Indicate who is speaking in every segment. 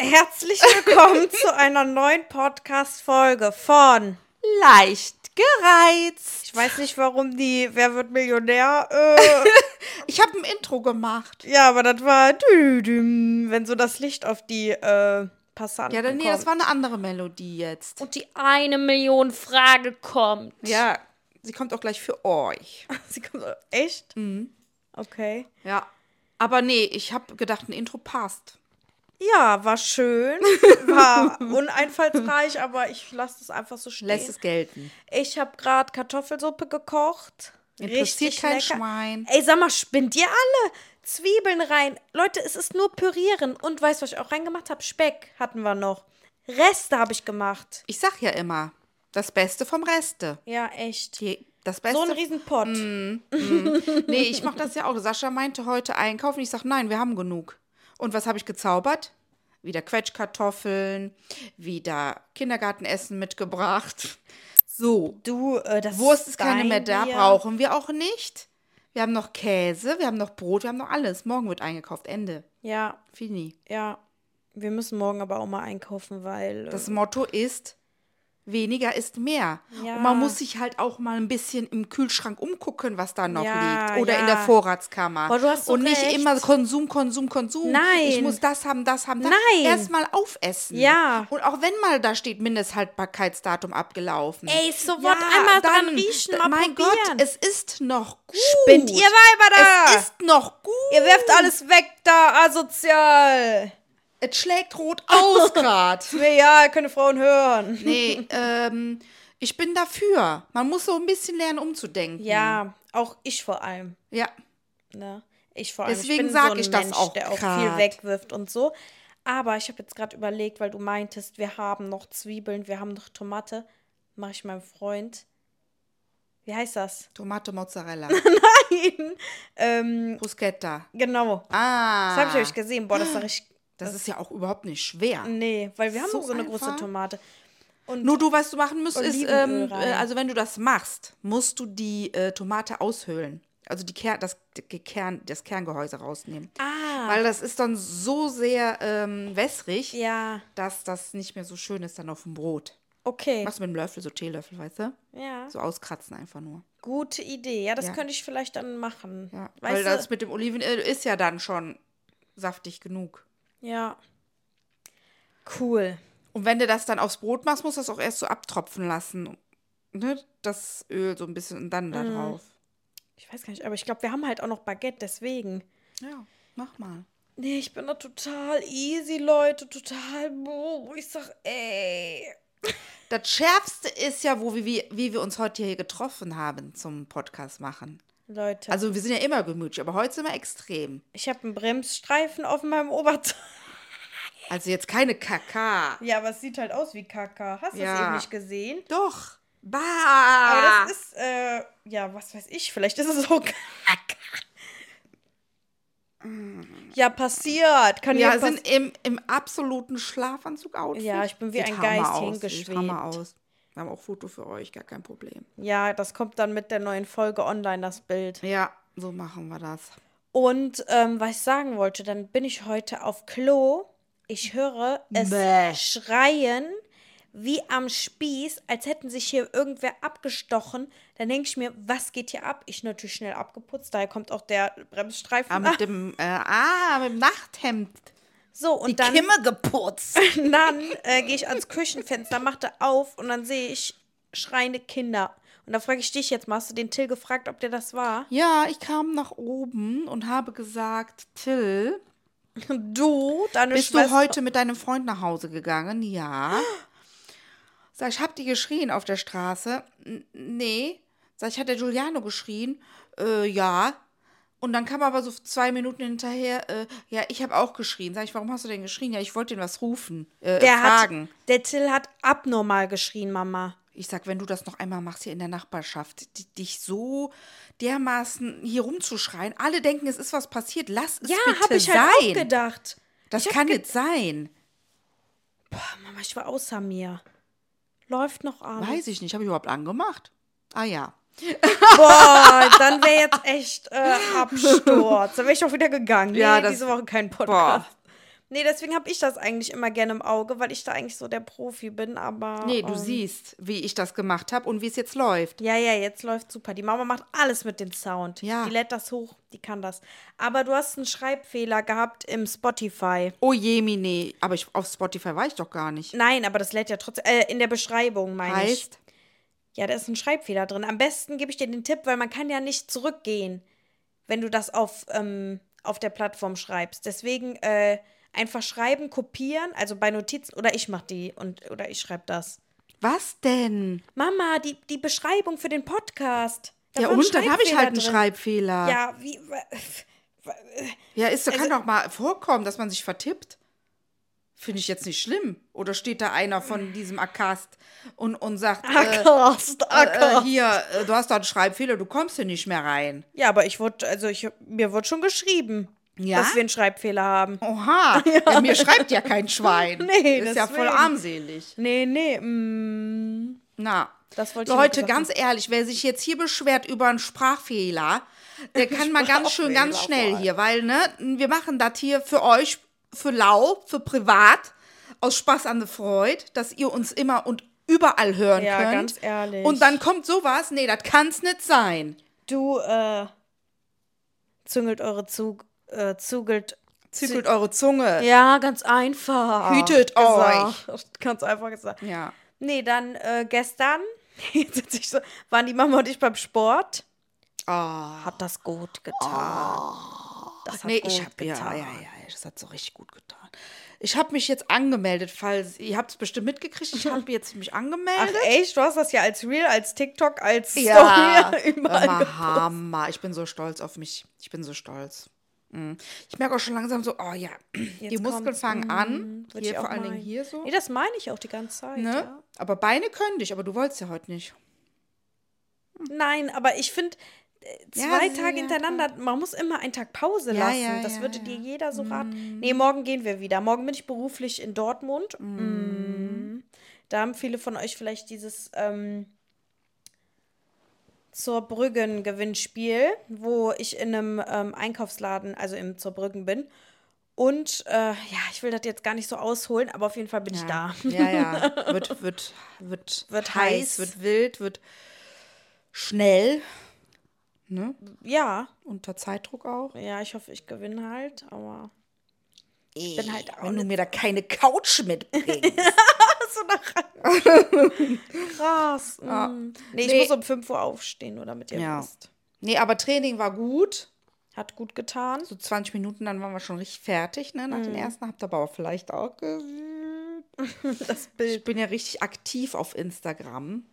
Speaker 1: Herzlich willkommen zu einer neuen Podcast-Folge von.
Speaker 2: Leicht gereizt.
Speaker 1: Ich weiß nicht, warum die Wer wird Millionär? Äh,
Speaker 2: Ich habe ein Intro gemacht.
Speaker 1: ja, aber das war. Wenn so das Licht auf die äh, Passanten.
Speaker 2: Ja, dann, nee,
Speaker 1: kommt.
Speaker 2: das war eine andere Melodie jetzt.
Speaker 3: und die eine Million Frage kommt.
Speaker 2: Ja, sie kommt auch gleich für euch.
Speaker 1: Sie kommt, echt?
Speaker 2: Mhm.
Speaker 1: Okay.
Speaker 2: Ja. Aber nee, ich habe gedacht, ein Intro passt.
Speaker 1: Ja, war schön. War uneinfallsreich, aber ich lasse es einfach so stehen.
Speaker 2: Lässt es gelten.
Speaker 1: Ich habe gerade Kartoffelsuppe gekocht.
Speaker 2: Interessiert
Speaker 1: Richtig
Speaker 2: kein
Speaker 1: lecker.
Speaker 2: Schwein.
Speaker 1: Ey, sag mal, spinnt ihr alle? Zwiebeln rein. Leute, es ist nur pürieren. Und weißt du, was ich auch reingemacht habe? Speck hatten wir noch. Reste habe ich gemacht.
Speaker 2: Ich sag ja immer, das Beste vom Reste.
Speaker 1: Ja, echt.
Speaker 2: Die, Mm. das
Speaker 1: So ein
Speaker 2: Beste.
Speaker 1: Riesenpott.
Speaker 2: nee, ich mache das ja auch. Sascha meinte heute einkaufen. Ich sag, nein, wir haben genug. Und was habe ich gezaubert? Wieder Quetschkartoffeln, wieder Kindergartenessen mitgebracht. So,
Speaker 1: Du, äh, das
Speaker 2: Wurst ist keine
Speaker 1: dein
Speaker 2: mehr da,
Speaker 1: Bier.
Speaker 2: brauchen wir auch nicht. Wir haben noch Käse, wir haben noch Brot, wir haben noch alles. Morgen wird eingekauft, Ende.
Speaker 1: Ja,
Speaker 2: Fini.
Speaker 1: ja. Wir müssen morgen aber auch mal einkaufen, weil. äh,
Speaker 2: Das Motto ist, weniger ist mehr.
Speaker 1: Ja.
Speaker 2: Und man muss sich halt auch mal ein bisschen im Kühlschrank umgucken, was da noch
Speaker 1: Ja,
Speaker 2: liegt. Oder
Speaker 1: ja.
Speaker 2: in der Vorratskammer.
Speaker 1: Boah, du hast so
Speaker 2: Und nicht
Speaker 1: recht.
Speaker 2: immer Konsum, Konsum, Konsum.
Speaker 1: Nein.
Speaker 2: Ich muss das haben, das haben, das.
Speaker 1: Nein.
Speaker 2: Erstmal aufessen.
Speaker 1: Ja.
Speaker 2: Und auch wenn mal da steht, Mindesthaltbarkeitsdatum abgelaufen.
Speaker 1: Ey, so
Speaker 2: ja,
Speaker 1: what? Einmal
Speaker 2: dann,
Speaker 1: dran riechen, mal
Speaker 2: Mein
Speaker 1: probieren.
Speaker 2: Gott, es ist noch gut.
Speaker 1: Spinnt ihr Weiber da?
Speaker 2: Es ist noch gut.
Speaker 1: Ihr werft alles weg da, asozial.
Speaker 2: Es schlägt rot aus grad.
Speaker 1: Ja, können Frauen hören.
Speaker 2: Nee, ähm, ich bin dafür. Man muss so ein bisschen lernen, umzudenken.
Speaker 1: Ja, auch ich vor allem.
Speaker 2: Ja.
Speaker 1: Ne? Ich vor allem. ich
Speaker 2: Deswegen
Speaker 1: bin
Speaker 2: sag
Speaker 1: so ein
Speaker 2: ich das
Speaker 1: Mensch,
Speaker 2: auch
Speaker 1: der auch viel
Speaker 2: grad.
Speaker 1: wegwirft und so. Aber ich habe jetzt gerade überlegt, weil du meintest, wir haben noch Zwiebeln, wir haben noch Tomate. Mache ich meinem Freund. Wie heißt das?
Speaker 2: Tomate, Mozzarella,
Speaker 1: ähm,
Speaker 2: Bruschetta.
Speaker 1: genau.
Speaker 2: Ah.
Speaker 1: Das habe ich euch gesehen. Boah, das sag ich.
Speaker 2: Das ist ja auch überhaupt nicht schwer.
Speaker 1: Nee, weil wir haben
Speaker 2: So
Speaker 1: noch so eine große
Speaker 2: einfach.
Speaker 1: Tomate. Und
Speaker 2: Nur du, was du machen musst, ist,
Speaker 1: Olivenöl
Speaker 2: ähm,
Speaker 1: rein.
Speaker 2: äh, also wenn du das machst, musst du die äh, Tomate aushöhlen. Also die Ker das, die Kern, das Kerngehäuse rausnehmen.
Speaker 1: ah,
Speaker 2: Weil das ist dann so sehr ähm, wässrig,
Speaker 1: ja,
Speaker 2: dass das nicht mehr so schön ist dann auf dem Brot.
Speaker 1: okay.
Speaker 2: Machst du mit dem Löffel, so Teelöffel, weißt du?
Speaker 1: Ja,
Speaker 2: So auskratzen einfach nur.
Speaker 1: gute Idee. Ja, das
Speaker 2: Ja.
Speaker 1: könnte ich vielleicht dann machen.
Speaker 2: Ja,
Speaker 1: weißt
Speaker 2: weil
Speaker 1: du?
Speaker 2: das mit dem Olivenöl ist ja dann schon saftig genug.
Speaker 1: Ja. Cool.
Speaker 2: Und wenn du das dann aufs Brot machst, musst du das auch erst so abtropfen lassen. Ne? Das Öl so ein bisschen und dann
Speaker 1: Mhm.
Speaker 2: da drauf.
Speaker 1: Ich weiß gar nicht, aber ich glaube, wir haben halt auch noch Baguette, deswegen.
Speaker 2: Ja, mach mal.
Speaker 1: Nee, ich bin da total easy, Leute, total wo ich sag, ey.
Speaker 2: Das Schärfste ist ja, wo wir, wie, wie wir uns heute hier getroffen haben zum Podcast machen.
Speaker 1: Leute,
Speaker 2: Also wir sind ja immer gemütlich, aber heute sind wir extrem.
Speaker 1: ich habe einen Bremsstreifen auf meinem Oberteil.
Speaker 2: Also jetzt keine Kaka.
Speaker 1: Ja, aber es sieht halt aus wie Kaka. Hast du es
Speaker 2: Ja. Ah.
Speaker 1: eben nicht gesehen?
Speaker 2: Doch.
Speaker 1: Aber
Speaker 2: Bah.
Speaker 1: das ist, äh, ja, was weiß ich, vielleicht ist es auch Kaka. Ja, passiert. Kann ja,
Speaker 2: ja,
Speaker 1: ja pass
Speaker 2: sind im, im absoluten Schlafanzug out.
Speaker 1: Ja, ich bin wie ein Geist hingeschwebt.
Speaker 2: Sieht Hammer aus. Wir haben auch Foto für euch, gar kein Problem.
Speaker 1: ja, das kommt dann mit der neuen Folge online, das Bild.
Speaker 2: Ja, so machen wir das.
Speaker 1: Und ähm, was ich sagen wollte, dann bin ich heute auf Klo. Ich höre es
Speaker 2: Bäh.
Speaker 1: schreien wie am Spieß, als hätten sich hier irgendwer abgestochen. Dann denke ich mir, was geht hier ab? Ich natürlich schnell abgeputzt, daher kommt auch der Bremsstreifen.
Speaker 2: Ah,
Speaker 1: Ah,
Speaker 2: mit dem, äh, ah, mit dem Nachthemd.
Speaker 1: so, und dann,
Speaker 2: Kimme geputzt.
Speaker 1: dann äh, gehe ich ans Küchenfenster, machte auf und dann sehe ich schreiende Kinder. Und da frage ich dich jetzt mal, hast du den Till gefragt, ob der das war?
Speaker 2: Ja, ich kam nach oben und habe gesagt, Till,
Speaker 1: Du, deine
Speaker 2: bist
Speaker 1: Schwester.
Speaker 2: du heute mit deinem Freund nach Hause gegangen? Ja. Sag, ich hab die geschrien auf der Straße. N nee. Sag, ich hat der Giuliano geschrien. Äh, ja. Und dann kam aber so zwei Minuten hinterher, äh, ja, ich habe auch geschrien. Sag ich, warum hast du denn geschrien? Ja, ich wollte den was rufen, äh,
Speaker 1: der
Speaker 2: fragen.
Speaker 1: Hat, der Till hat abnormal geschrien, Mama.
Speaker 2: Ich sag, wenn du das noch einmal machst hier in der Nachbarschaft, di- dich so dermaßen hier rumzuschreien, alle denken, es ist was passiert, lass es
Speaker 1: Ja,
Speaker 2: bitte
Speaker 1: habe ich
Speaker 2: sein.
Speaker 1: halt auch gedacht.
Speaker 2: das
Speaker 1: Ich hab
Speaker 2: kann
Speaker 1: ge-
Speaker 2: nicht sein.
Speaker 1: Boah, Mama, ich war außer mir. Läuft noch an.
Speaker 2: Weiß ich nicht, habe ich überhaupt angemacht? Ah ja.
Speaker 1: Boah, dann wäre jetzt echt äh, Absturz. Dann wäre ich auch wieder gegangen. Nee,
Speaker 2: Ja, das-
Speaker 1: diese Woche kein
Speaker 2: Boah,
Speaker 1: Podcast. Nee, deswegen habe ich das eigentlich immer gerne im Auge, weil ich da eigentlich so der Profi bin, aber.
Speaker 2: Nee, du
Speaker 1: ähm,
Speaker 2: siehst, wie ich das gemacht habe und wie es jetzt läuft.
Speaker 1: Ja, ja, jetzt läuft super. Die Mama macht alles mit dem Sound.
Speaker 2: Ja.
Speaker 1: Die lädt das hoch, die kann das. Aber du hast einen Schreibfehler gehabt im Spotify.
Speaker 2: Oh je, Mine. Aber ich, auf Spotify war ich doch gar nicht.
Speaker 1: Nein, aber das lädt ja trotzdem. Äh, in der Beschreibung meine ich.
Speaker 2: Heißt,
Speaker 1: Ja, da ist ein Schreibfehler drin. Am besten gebe ich dir den Tipp, weil man kann ja nicht zurückgehen, wenn du das auf, ähm, auf der Plattform schreibst. Deswegen äh, einfach schreiben, kopieren, also bei Notizen oder ich mache die und oder ich schreibe das.
Speaker 2: was denn?
Speaker 1: Mama, die, die Beschreibung für den Podcast. Da
Speaker 2: ja,
Speaker 1: war ein
Speaker 2: und dann habe ich halt einen
Speaker 1: drin.
Speaker 2: Schreibfehler.
Speaker 1: Ja, wie. äh,
Speaker 2: Ja, ist, kann doch mal vorkommen, dass man sich vertippt. Finde ich jetzt nicht schlimm. Oder steht da einer von diesem Akast und, und sagt, äh,
Speaker 1: Ackerst,
Speaker 2: äh,
Speaker 1: Acker.
Speaker 2: hier, äh, du hast da einen Schreibfehler, du kommst hier nicht mehr rein.
Speaker 1: Ja, aber ich wurde, also ich, mir wurde schon geschrieben,
Speaker 2: Ja?
Speaker 1: dass wir einen Schreibfehler haben.
Speaker 2: Oha, ja. mir schreibt ja kein Schwein.
Speaker 1: Nee,
Speaker 2: ist ja voll
Speaker 1: deswegen.
Speaker 2: armselig.
Speaker 1: Nee, nee, mm,
Speaker 2: Na,
Speaker 1: das wollte ich noch
Speaker 2: Leute,
Speaker 1: gesagt
Speaker 2: ganz ehrlich, wer sich jetzt hier beschwert über einen Sprachfehler, der kann mal ganz schön, ganz
Speaker 1: Sprachfehler,
Speaker 2: schnell
Speaker 1: boah.
Speaker 2: hier, weil, ne, wir machen das hier für euch, für lau, für privat, aus Spaß an der Freude, dass ihr uns immer und überall hören
Speaker 1: Ja,
Speaker 2: könnt.
Speaker 1: ganz ehrlich.
Speaker 2: Und dann kommt sowas, nee, das kann's nicht sein.
Speaker 1: Du, äh, züngelt eure Zug, äh, zügelt.
Speaker 2: Zügelt eure Zunge.
Speaker 1: Ja, ganz einfach.
Speaker 2: äh, Hütet
Speaker 1: gesagt. Ganz einfach gesagt.
Speaker 2: Ja.
Speaker 1: Nee, dann äh, gestern jetzt sitz ich so, waren die Mama und ich beim Sport.
Speaker 2: Ah.
Speaker 1: Hat das gut getan. Das hat
Speaker 2: Nee,
Speaker 1: gut
Speaker 2: ich habe ja, ja,
Speaker 1: getan.
Speaker 2: ja, das hat so richtig gut getan. Ich habe mich jetzt angemeldet, falls ihr habt es bestimmt mitgekriegt. Ich habe jetzt mich
Speaker 1: Ach
Speaker 2: angemeldet.
Speaker 1: echt, du hast das ja als Real, als TikTok, als Story überall. ge-
Speaker 2: immer Hammer. Ich bin so stolz auf mich. Ich bin so stolz. Mm. Ich merke auch schon langsam so, oh ja, die
Speaker 1: Jetzt
Speaker 2: Muskeln
Speaker 1: kommt's.
Speaker 2: fangen an.
Speaker 1: Würd ich
Speaker 2: Hier,
Speaker 1: auch
Speaker 2: vor allen Dingen
Speaker 1: meinen.
Speaker 2: hier so.
Speaker 1: Nee, das meine ich auch die ganze Zeit.
Speaker 2: ne?
Speaker 1: Ja.
Speaker 2: Aber Beine könnte ich, aber du wolltest ja heute nicht.
Speaker 1: Nein, aber ich finde,
Speaker 2: Ja,
Speaker 1: zwei
Speaker 2: sehr
Speaker 1: Tage hintereinander, man muss immer einen Tag Pause
Speaker 2: Ja,
Speaker 1: lassen.
Speaker 2: ja,
Speaker 1: das
Speaker 2: ja,
Speaker 1: würde
Speaker 2: ja. Mm.
Speaker 1: dir jeder so raten. Nee, morgen gehen wir wieder. Morgen bin ich beruflich in Dortmund. Mm. Da haben viele von euch vielleicht dieses ähm, Zurbrüggen-Gewinnspiel, wo ich in einem ähm, Einkaufsladen, also im Zurbrüggen bin. Und äh, ja, ich will das jetzt gar nicht so ausholen, aber auf jeden Fall bin ich da.
Speaker 2: Ja, ja. Wird, wird, wird,
Speaker 1: Wird heiß.
Speaker 2: wird wild, wird schnell. Ne?
Speaker 1: Ja,
Speaker 2: Unter Zeitdruck auch.
Speaker 1: ja, ich hoffe, ich gewinne halt, aber ich bin halt auch
Speaker 2: Wenn du mir da keine Couch mitbringst.
Speaker 1: Krass. mm. Nee, ich
Speaker 2: Nee.
Speaker 1: muss um 5 Uhr aufstehen, oder mit ihr
Speaker 2: Ja.
Speaker 1: wisst.
Speaker 2: nee, aber Training war gut.
Speaker 1: Hat gut getan.
Speaker 2: So 20 Minuten, dann waren wir schon richtig fertig, ne? Nach den
Speaker 1: Mhm.
Speaker 2: ersten habt ihr aber auch vielleicht auch gesehen.
Speaker 1: Das
Speaker 2: Ich bin ja richtig aktiv auf Instagram.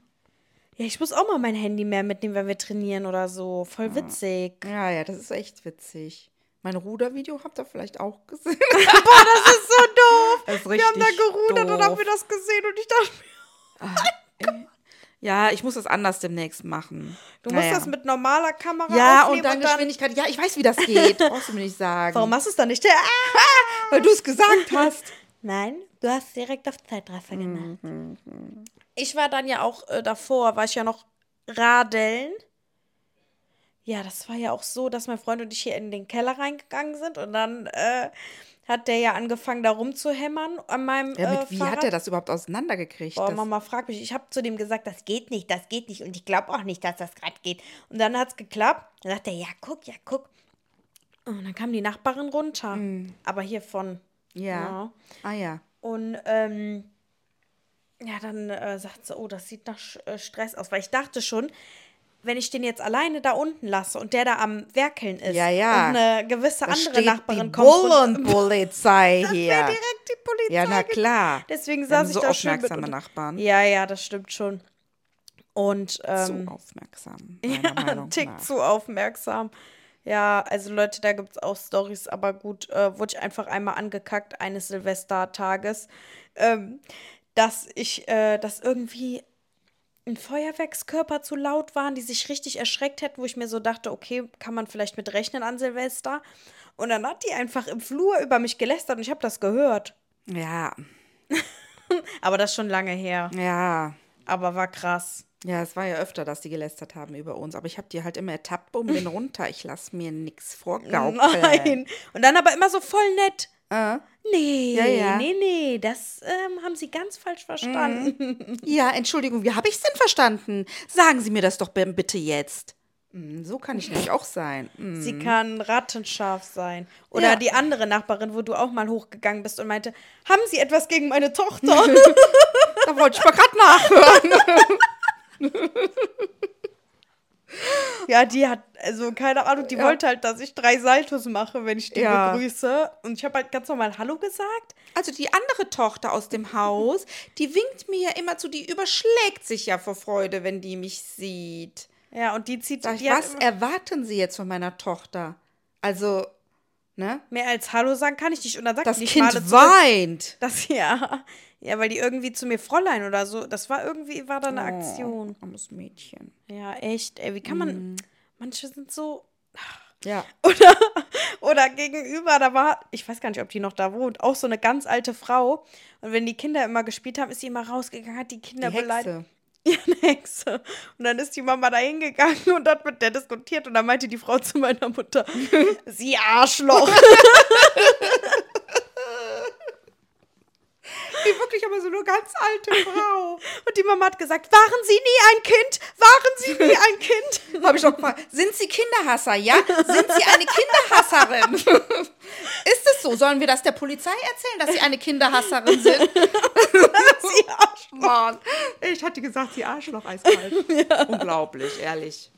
Speaker 1: Ja, ich muss auch mal mein Handy mehr mitnehmen, wenn wir trainieren oder so. Voll witzig.
Speaker 2: Ja, ja, das ist echt witzig. Mein Rudervideo habt ihr vielleicht auch gesehen.
Speaker 1: Das ist so doof.
Speaker 2: Das ist
Speaker 1: wir haben da
Speaker 2: richtig
Speaker 1: gerudert und haben
Speaker 2: doof.
Speaker 1: wir das gesehen und ich dachte, mir,
Speaker 2: Ja, ich muss das anders demnächst machen.
Speaker 1: du musst das mit normaler Kamera
Speaker 2: Ja, und
Speaker 1: aufnehmen
Speaker 2: dann Geschwindigkeit. Ja, ich weiß, wie das geht. Brauchst du mir nicht sagen.
Speaker 1: Warum machst du es dann nicht? Ah!
Speaker 2: Weil du es gesagt hast.
Speaker 1: Nein, du hast direkt auf Zeitraffer gemacht. Mhm, Ich war dann ja auch äh, davor, war ich ja noch radeln. Ja, das war ja auch so, dass mein Freund und ich hier in den Keller reingegangen sind und dann äh, hat der ja angefangen, da rumzuhämmern an meinem
Speaker 2: Ja, mit
Speaker 1: äh,
Speaker 2: wie
Speaker 1: Fahrrad.
Speaker 2: hat er das überhaupt auseinandergekriegt?
Speaker 1: Boah,
Speaker 2: das,
Speaker 1: Mama, frag mich. Ich habe zu dem gesagt, das geht nicht, das geht nicht. Und ich glaube auch nicht, dass das gerade geht. Und dann hat es geklappt. Dann sagt er, ja, guck, ja, guck. Und dann kam die Nachbarin runter. Aber hier von.
Speaker 2: Mhm.
Speaker 1: ne?
Speaker 2: ja. Ah ja.
Speaker 1: Und ähm, ja, dann äh, sagt sie, oh, das sieht nach Sch- äh, Stress aus, weil ich dachte schon, wenn ich den jetzt alleine da unten lasse und der da am Werkeln ist
Speaker 2: Ja, ja.
Speaker 1: und eine gewisse
Speaker 2: Da
Speaker 1: andere
Speaker 2: steht
Speaker 1: Nachbarin
Speaker 2: die
Speaker 1: kommt und
Speaker 2: Bullenpolizei
Speaker 1: ja.
Speaker 2: hier.
Speaker 1: direkt die Polizei.
Speaker 2: Ja, na klar.
Speaker 1: Deswegen
Speaker 2: Wir haben
Speaker 1: saß ich
Speaker 2: so
Speaker 1: da schön mit
Speaker 2: aufmerksame
Speaker 1: und-
Speaker 2: Nachbarn.
Speaker 1: Ja, ja, das stimmt schon. Und
Speaker 2: Zu
Speaker 1: ähm,
Speaker 2: aufmerksam. meiner Meinung
Speaker 1: einen Tick
Speaker 2: nach.
Speaker 1: zu aufmerksam. Ja, also Leute, da gibt es auch Stories, aber gut, äh, wurde ich einfach einmal angekackt eines Silvestertages, ähm, dass ich, äh, dass irgendwie ein Feuerwerkskörper zu laut waren, die sich richtig erschreckt hätten, wo ich mir so dachte, okay, kann man vielleicht mit rechnen an Silvester. Und dann hat die einfach im Flur über mich gelästert und ich habe das gehört.
Speaker 2: Ja,
Speaker 1: Aber das ist schon lange her.
Speaker 2: ja.
Speaker 1: Aber war krass.
Speaker 2: Ja, es war ja öfter, dass die gelästert haben über uns. Aber ich habe die halt immer ertappt, bumm, bin runter. Ich lass mir nichts vorgaukeln.
Speaker 1: Nein. Und dann aber immer so voll nett.
Speaker 2: Äh,
Speaker 1: Nee,
Speaker 2: Ja, ja.
Speaker 1: nee, nee, das ähm, haben sie ganz falsch verstanden.
Speaker 2: Ja, Entschuldigung, wie habe ich es denn verstanden? Sagen Sie mir das doch bi- bitte jetzt. Hm, So kann ich nämlich auch sein. Hm.
Speaker 1: Sie kann rattenscharf sein. Oder
Speaker 2: Ja.
Speaker 1: die andere Nachbarin, wo du auch mal hochgegangen bist und meinte, haben sie etwas gegen meine Tochter?
Speaker 2: Da wollte ich mal gerade nachhören.
Speaker 1: ja, die hat, also keine Ahnung, die wollte halt, dass ich drei Saltos mache, wenn ich die
Speaker 2: Ja.
Speaker 1: begrüße. Und ich habe halt ganz normal Hallo gesagt.
Speaker 2: Also die andere Tochter aus dem Haus, die winkt mir ja immer zu, die überschlägt sich ja vor Freude, wenn die mich sieht.
Speaker 1: Ja, und die zieht
Speaker 2: Sag ich,
Speaker 1: die hat
Speaker 2: was
Speaker 1: immer-
Speaker 2: erwarten Sie jetzt von meiner Tochter? Also, ne?
Speaker 1: mehr als Hallo sagen kann ich nicht. Und dann sagt
Speaker 2: Das
Speaker 1: die, ich male
Speaker 2: Kind
Speaker 1: zurück.
Speaker 2: weint.
Speaker 1: Das ja. Ja, weil die irgendwie zu mir Fräulein oder so, das war irgendwie, war da eine Aktion.
Speaker 2: Oh, armes Mädchen.
Speaker 1: Ja, echt. Ey, wie kann man. Manche sind so.
Speaker 2: Ja.
Speaker 1: Oder, oder gegenüber, da war, ich weiß gar nicht, ob die noch da wohnt, auch so eine ganz alte Frau. Und wenn die Kinder immer gespielt haben, ist sie immer rausgegangen, hat die Kinder
Speaker 2: Die
Speaker 1: beleidigt.
Speaker 2: Hexe.
Speaker 1: Ja, eine Hexe. Und dann ist die Mama da hingegangen und hat mit der diskutiert. Und dann meinte die Frau zu meiner Mutter, sie Arschloch.
Speaker 2: Die wirklich aber so eine ganz alte Frau.
Speaker 1: Und die Mama hat gesagt, waren Sie nie ein Kind? Waren Sie nie ein Kind?
Speaker 2: Habe ich doch gefragt. Sind Sie Kinderhasser? Ja? Sind Sie eine Kinderhasserin? Ist es so? Sollen wir das der Polizei erzählen, dass Sie eine Kinderhasserin sind? Sie Mann. Ich hatte gesagt, Sie Arschloch eiskalt. Unglaublich, ehrlich.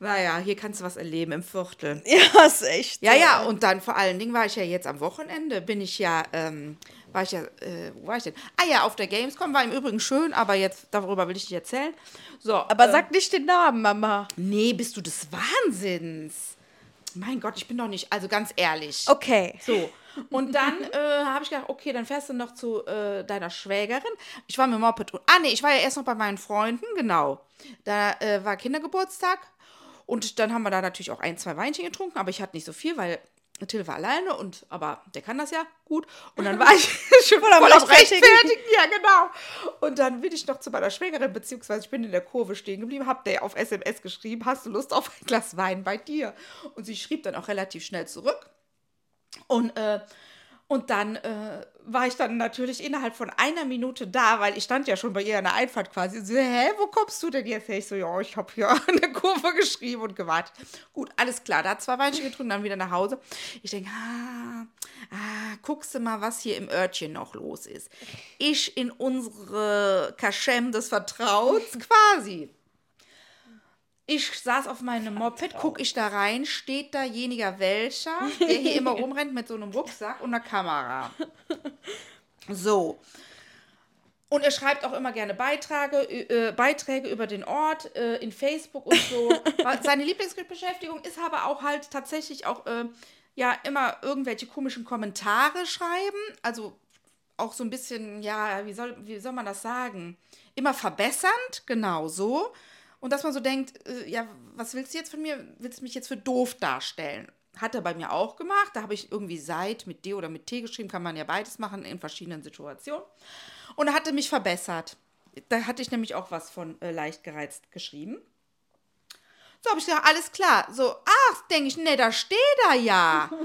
Speaker 2: Naja, hier kannst du was erleben im Viertel.
Speaker 1: Ja, ist echt.
Speaker 2: Ja,
Speaker 1: so. äh,
Speaker 2: ja, und dann vor allen Dingen war ich ja jetzt am Wochenende, bin ich ja, ähm, war ich ja, äh, wo war ich denn? Ah ja, auf der Gamescom war im Übrigen schön, aber jetzt, darüber will ich nicht erzählen. So,
Speaker 1: Aber
Speaker 2: ähm,
Speaker 1: sag nicht den Namen, Mama.
Speaker 2: Nee, bist du des Wahnsinns? Mein Gott, ich bin doch nicht, also ganz ehrlich.
Speaker 1: Okay.
Speaker 2: So. Und dann äh, habe ich gedacht, okay, dann fährst du noch zu äh, deiner Schwägerin. Ich war mit dem Moped. Ah, nee, ich war ja erst noch bei meinen Freunden, genau. Da äh, war Kindergeburtstag. Und dann haben wir da natürlich auch ein, zwei Weinchen getrunken, aber ich hatte nicht so viel, weil Till war alleine und aber der kann das ja gut. Und dann war ich schon voll am
Speaker 1: am
Speaker 2: Rechtfertigen.
Speaker 1: Rechtfertigen.
Speaker 2: Ja, genau. Und dann bin ich noch zu meiner Schwägerin, beziehungsweise ich bin in der Kurve stehen geblieben, habe der auf SMS geschrieben, hast du Lust auf ein Glas Wein bei dir? Und sie schrieb dann auch relativ schnell zurück. Und, äh, und dann äh, war ich dann natürlich innerhalb von einer Minute da, weil ich stand ja schon bei ihr an der Einfahrt quasi. Und sie, hä, wo kommst du denn jetzt her? Ich so, ja, ich habe hier an der Kurve geschrieben und gewartet. Gut, alles klar, da hat zwei Weinchen getrunken, dann wieder nach Hause. Ich denke, ah, ah, guckst du mal, was hier im Örtchen noch los ist. Ich in unsere Kaschem des Vertrauens quasi. Ich saß auf meinem Moped, guck ich da rein, steht dajeniger welcher, der hier immer rumrennt mit so einem Rucksack und einer Kamera. So. Und er schreibt auch immer gerne Beiträge, äh, Beiträge über den Ort äh, in Facebook und so. Weil Seine Lieblingsbeschäftigung ist aber auch halt tatsächlich auch äh, ja immer irgendwelche komischen Kommentare schreiben. Also auch so ein bisschen, ja, wie soll, wie soll man das sagen? Immer verbessernd, genau so. Und dass man so denkt, äh, ja, was willst du jetzt von mir? Willst du mich jetzt für doof darstellen? Hat er bei mir auch gemacht. Da habe ich irgendwie seit mit D oder mit T geschrieben, kann man ja beides machen in verschiedenen Situationen. Und er hatte mich verbessert. Da hatte ich nämlich auch was von äh, leicht gereizt geschrieben. So habe ich gesagt, alles klar. So, ach, denke ich, ne, da steht er ja.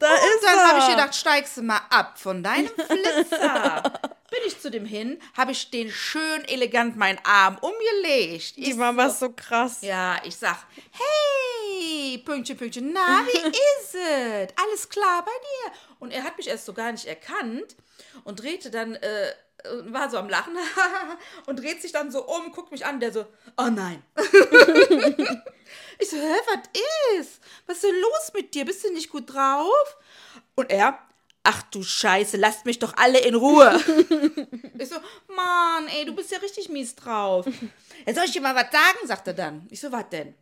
Speaker 1: Da
Speaker 2: Und
Speaker 1: ist
Speaker 2: dann
Speaker 1: er.
Speaker 2: habe ich gedacht, steigst du mal ab von deinem Flitzer. Bin ich zu dem hin, habe ich den schön elegant meinen Arm umgelegt.
Speaker 1: die
Speaker 2: Ich,
Speaker 1: Mama ist so krass.
Speaker 2: ja, ich sag, hey, Pünktchen, Pünktchen, na, wie ist es? Alles klar bei dir? Und er hat mich erst so gar nicht erkannt und drehte dann, äh, und war so am Lachen und dreht sich dann so um, guckt mich an, der so, oh nein. Ich so, hä, was ist? Was ist denn los mit dir? Bist du nicht gut drauf? Und er, ach du Scheiße, lasst mich doch alle in Ruhe. ich so, Mann, ey, du bist ja richtig mies drauf. Ja, soll ich dir mal was sagen, sagt er dann. Ich so, was denn?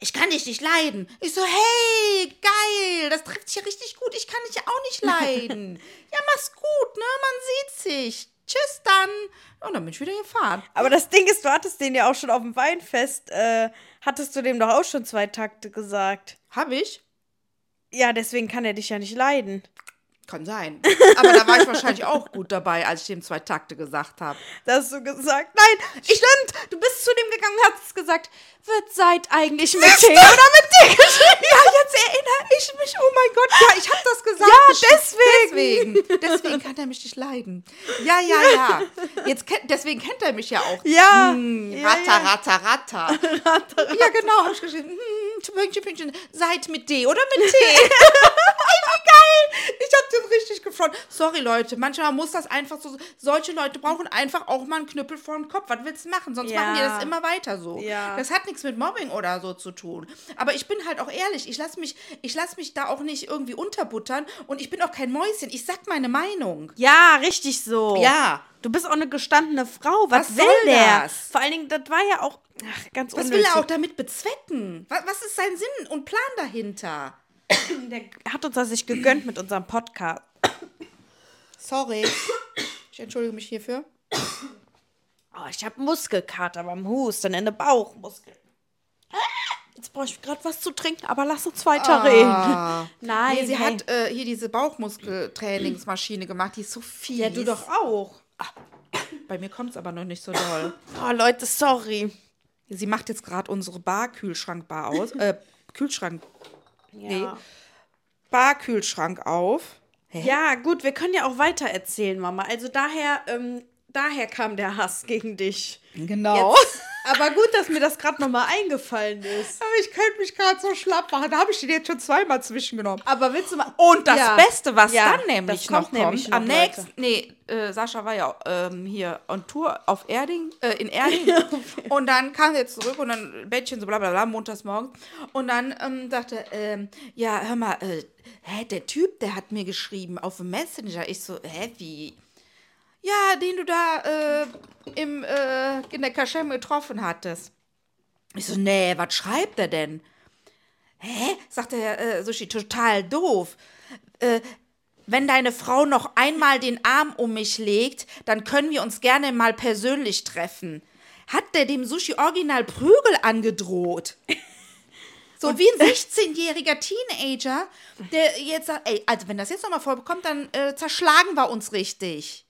Speaker 2: Ich kann dich nicht leiden. Ich so, hey, geil, das trifft sich ja richtig gut. Ich kann dich ja auch nicht leiden. ja, mach's gut, ne? Man sieht sich. Tschüss dann. Und dann bin ich wieder gefahren.
Speaker 1: Aber das Ding ist, du hattest den ja auch schon auf dem Weinfest, äh, hattest du dem doch auch schon zwei Takte gesagt.
Speaker 2: Hab ich?
Speaker 1: Ja, deswegen kann er dich ja nicht leiden.
Speaker 2: Kann sein. Aber da war ich wahrscheinlich auch gut dabei, als ich dem zwei Takte gesagt habe.
Speaker 1: Da hast du gesagt, nein,
Speaker 2: Ich stimmt, du bist zu dem gegangen und hast gesagt, wird seit eigentlich mit
Speaker 1: Siehst
Speaker 2: T
Speaker 1: du?
Speaker 2: oder mit D geschrieben. Ja, jetzt erinnere ich mich. Oh mein Gott, ja, ich habe das gesagt.
Speaker 1: Ja,
Speaker 2: Bestimmt.
Speaker 1: deswegen.
Speaker 2: deswegen. Deswegen kann er mich nicht leiden. Ja, ja, ja. Jetzt kennt, deswegen kennt er mich ja auch.
Speaker 1: Ja.
Speaker 2: Hm,
Speaker 1: Ja,
Speaker 2: ratter,
Speaker 1: ja.
Speaker 2: ratter, ratter, Ja, genau, habe ich geschrieben. Hm, Pünktchen, Pünktchen. Seid mit D oder mit T. Ey, Wie geil. Ich habe den richtig gefreut. Sorry, Leute. Manchmal muss das einfach so. Solche Leute brauchen einfach auch mal einen Knüppel vorm Kopf. Was willst du machen? Sonst
Speaker 1: Ja.
Speaker 2: machen die das immer weiter so.
Speaker 1: Ja.
Speaker 2: Das hat nichts mit Mobbing oder so zu tun. Aber ich bin halt auch ehrlich. Ich lasse mich, ich lass mich da auch nicht irgendwie unterbuttern. Und ich bin auch kein Mäuschen. Ich sag meine Meinung.
Speaker 1: Ja, richtig so.
Speaker 2: Ja.
Speaker 1: Du bist auch eine gestandene Frau. Was,
Speaker 2: Was
Speaker 1: will
Speaker 2: soll
Speaker 1: der?
Speaker 2: das?
Speaker 1: Vor allen Dingen, das war ja auch ach, ganz
Speaker 2: Was will
Speaker 1: unnötig.
Speaker 2: er auch damit bezwecken? Was, was ist sein Sinn und Plan dahinter?
Speaker 1: Der hat uns das nicht gegönnt mit unserem Podcast.
Speaker 2: Sorry. Ich entschuldige mich hierfür.
Speaker 1: Oh, ich habe Muskelkater beim Husten in den Bauchmuskeln. Ah, Jetzt brauche ich gerade was zu trinken, aber lass uns weiterreden. Nein,
Speaker 2: Ah, Nee, sie
Speaker 1: hey.
Speaker 2: hat äh, hier diese Bauchmuskeltrainingsmaschine gemacht. Die ist so viel.
Speaker 1: ja du doch auch.
Speaker 2: Bei mir kommt es aber noch nicht so doll.
Speaker 1: Oh, Leute, sorry.
Speaker 2: Sie macht jetzt gerade unsere Bar-Kühlschrank-Bar aus. Äh, Kühlschrank.
Speaker 1: Ja.
Speaker 2: Bar-Kühlschrank auf.
Speaker 1: ja, gut, wir können ja auch weiter erzählen, Mama. Also daher, ähm, daher kam der Hass gegen dich. Oh.
Speaker 2: Genau.
Speaker 1: Aber gut, dass mir das gerade nochmal eingefallen ist.
Speaker 2: Aber ich könnte mich gerade so schlapp machen. Da habe ich den jetzt schon zweimal zwischengenommen.
Speaker 1: Aber willst du mal.
Speaker 2: Und das
Speaker 1: Ja.
Speaker 2: Beste, was
Speaker 1: Ja,
Speaker 2: dann nämlich
Speaker 1: das
Speaker 2: noch
Speaker 1: kommt
Speaker 2: kommt,
Speaker 1: nämlich noch,
Speaker 2: am nächsten, nee, äh, Sascha war ja auch, ähm, hier on Tour auf Erding, äh, in Erding und dann kam er zurück und dann Bettchen so bla bla bla, montags morgens und dann ähm, dachte, ähm, ja, hör mal, äh, hä, der Typ, der hat mir geschrieben auf dem Messenger, ich so, hä, wie? Ja, den du da äh, im, äh, in der Kaschem getroffen hattest. Ich so, nee, was schreibt er denn? Hä? Sagt er, äh, Sushi, total doof. Äh, wenn deine Frau noch einmal den Arm um mich legt, dann können wir uns gerne mal persönlich treffen. Hat der dem Sushi original Prügel angedroht? So wie ein 16-jähriger Teenager, der jetzt sagt, ey, also wenn das jetzt nochmal vorbekommt, dann äh, zerschlagen wir uns richtig.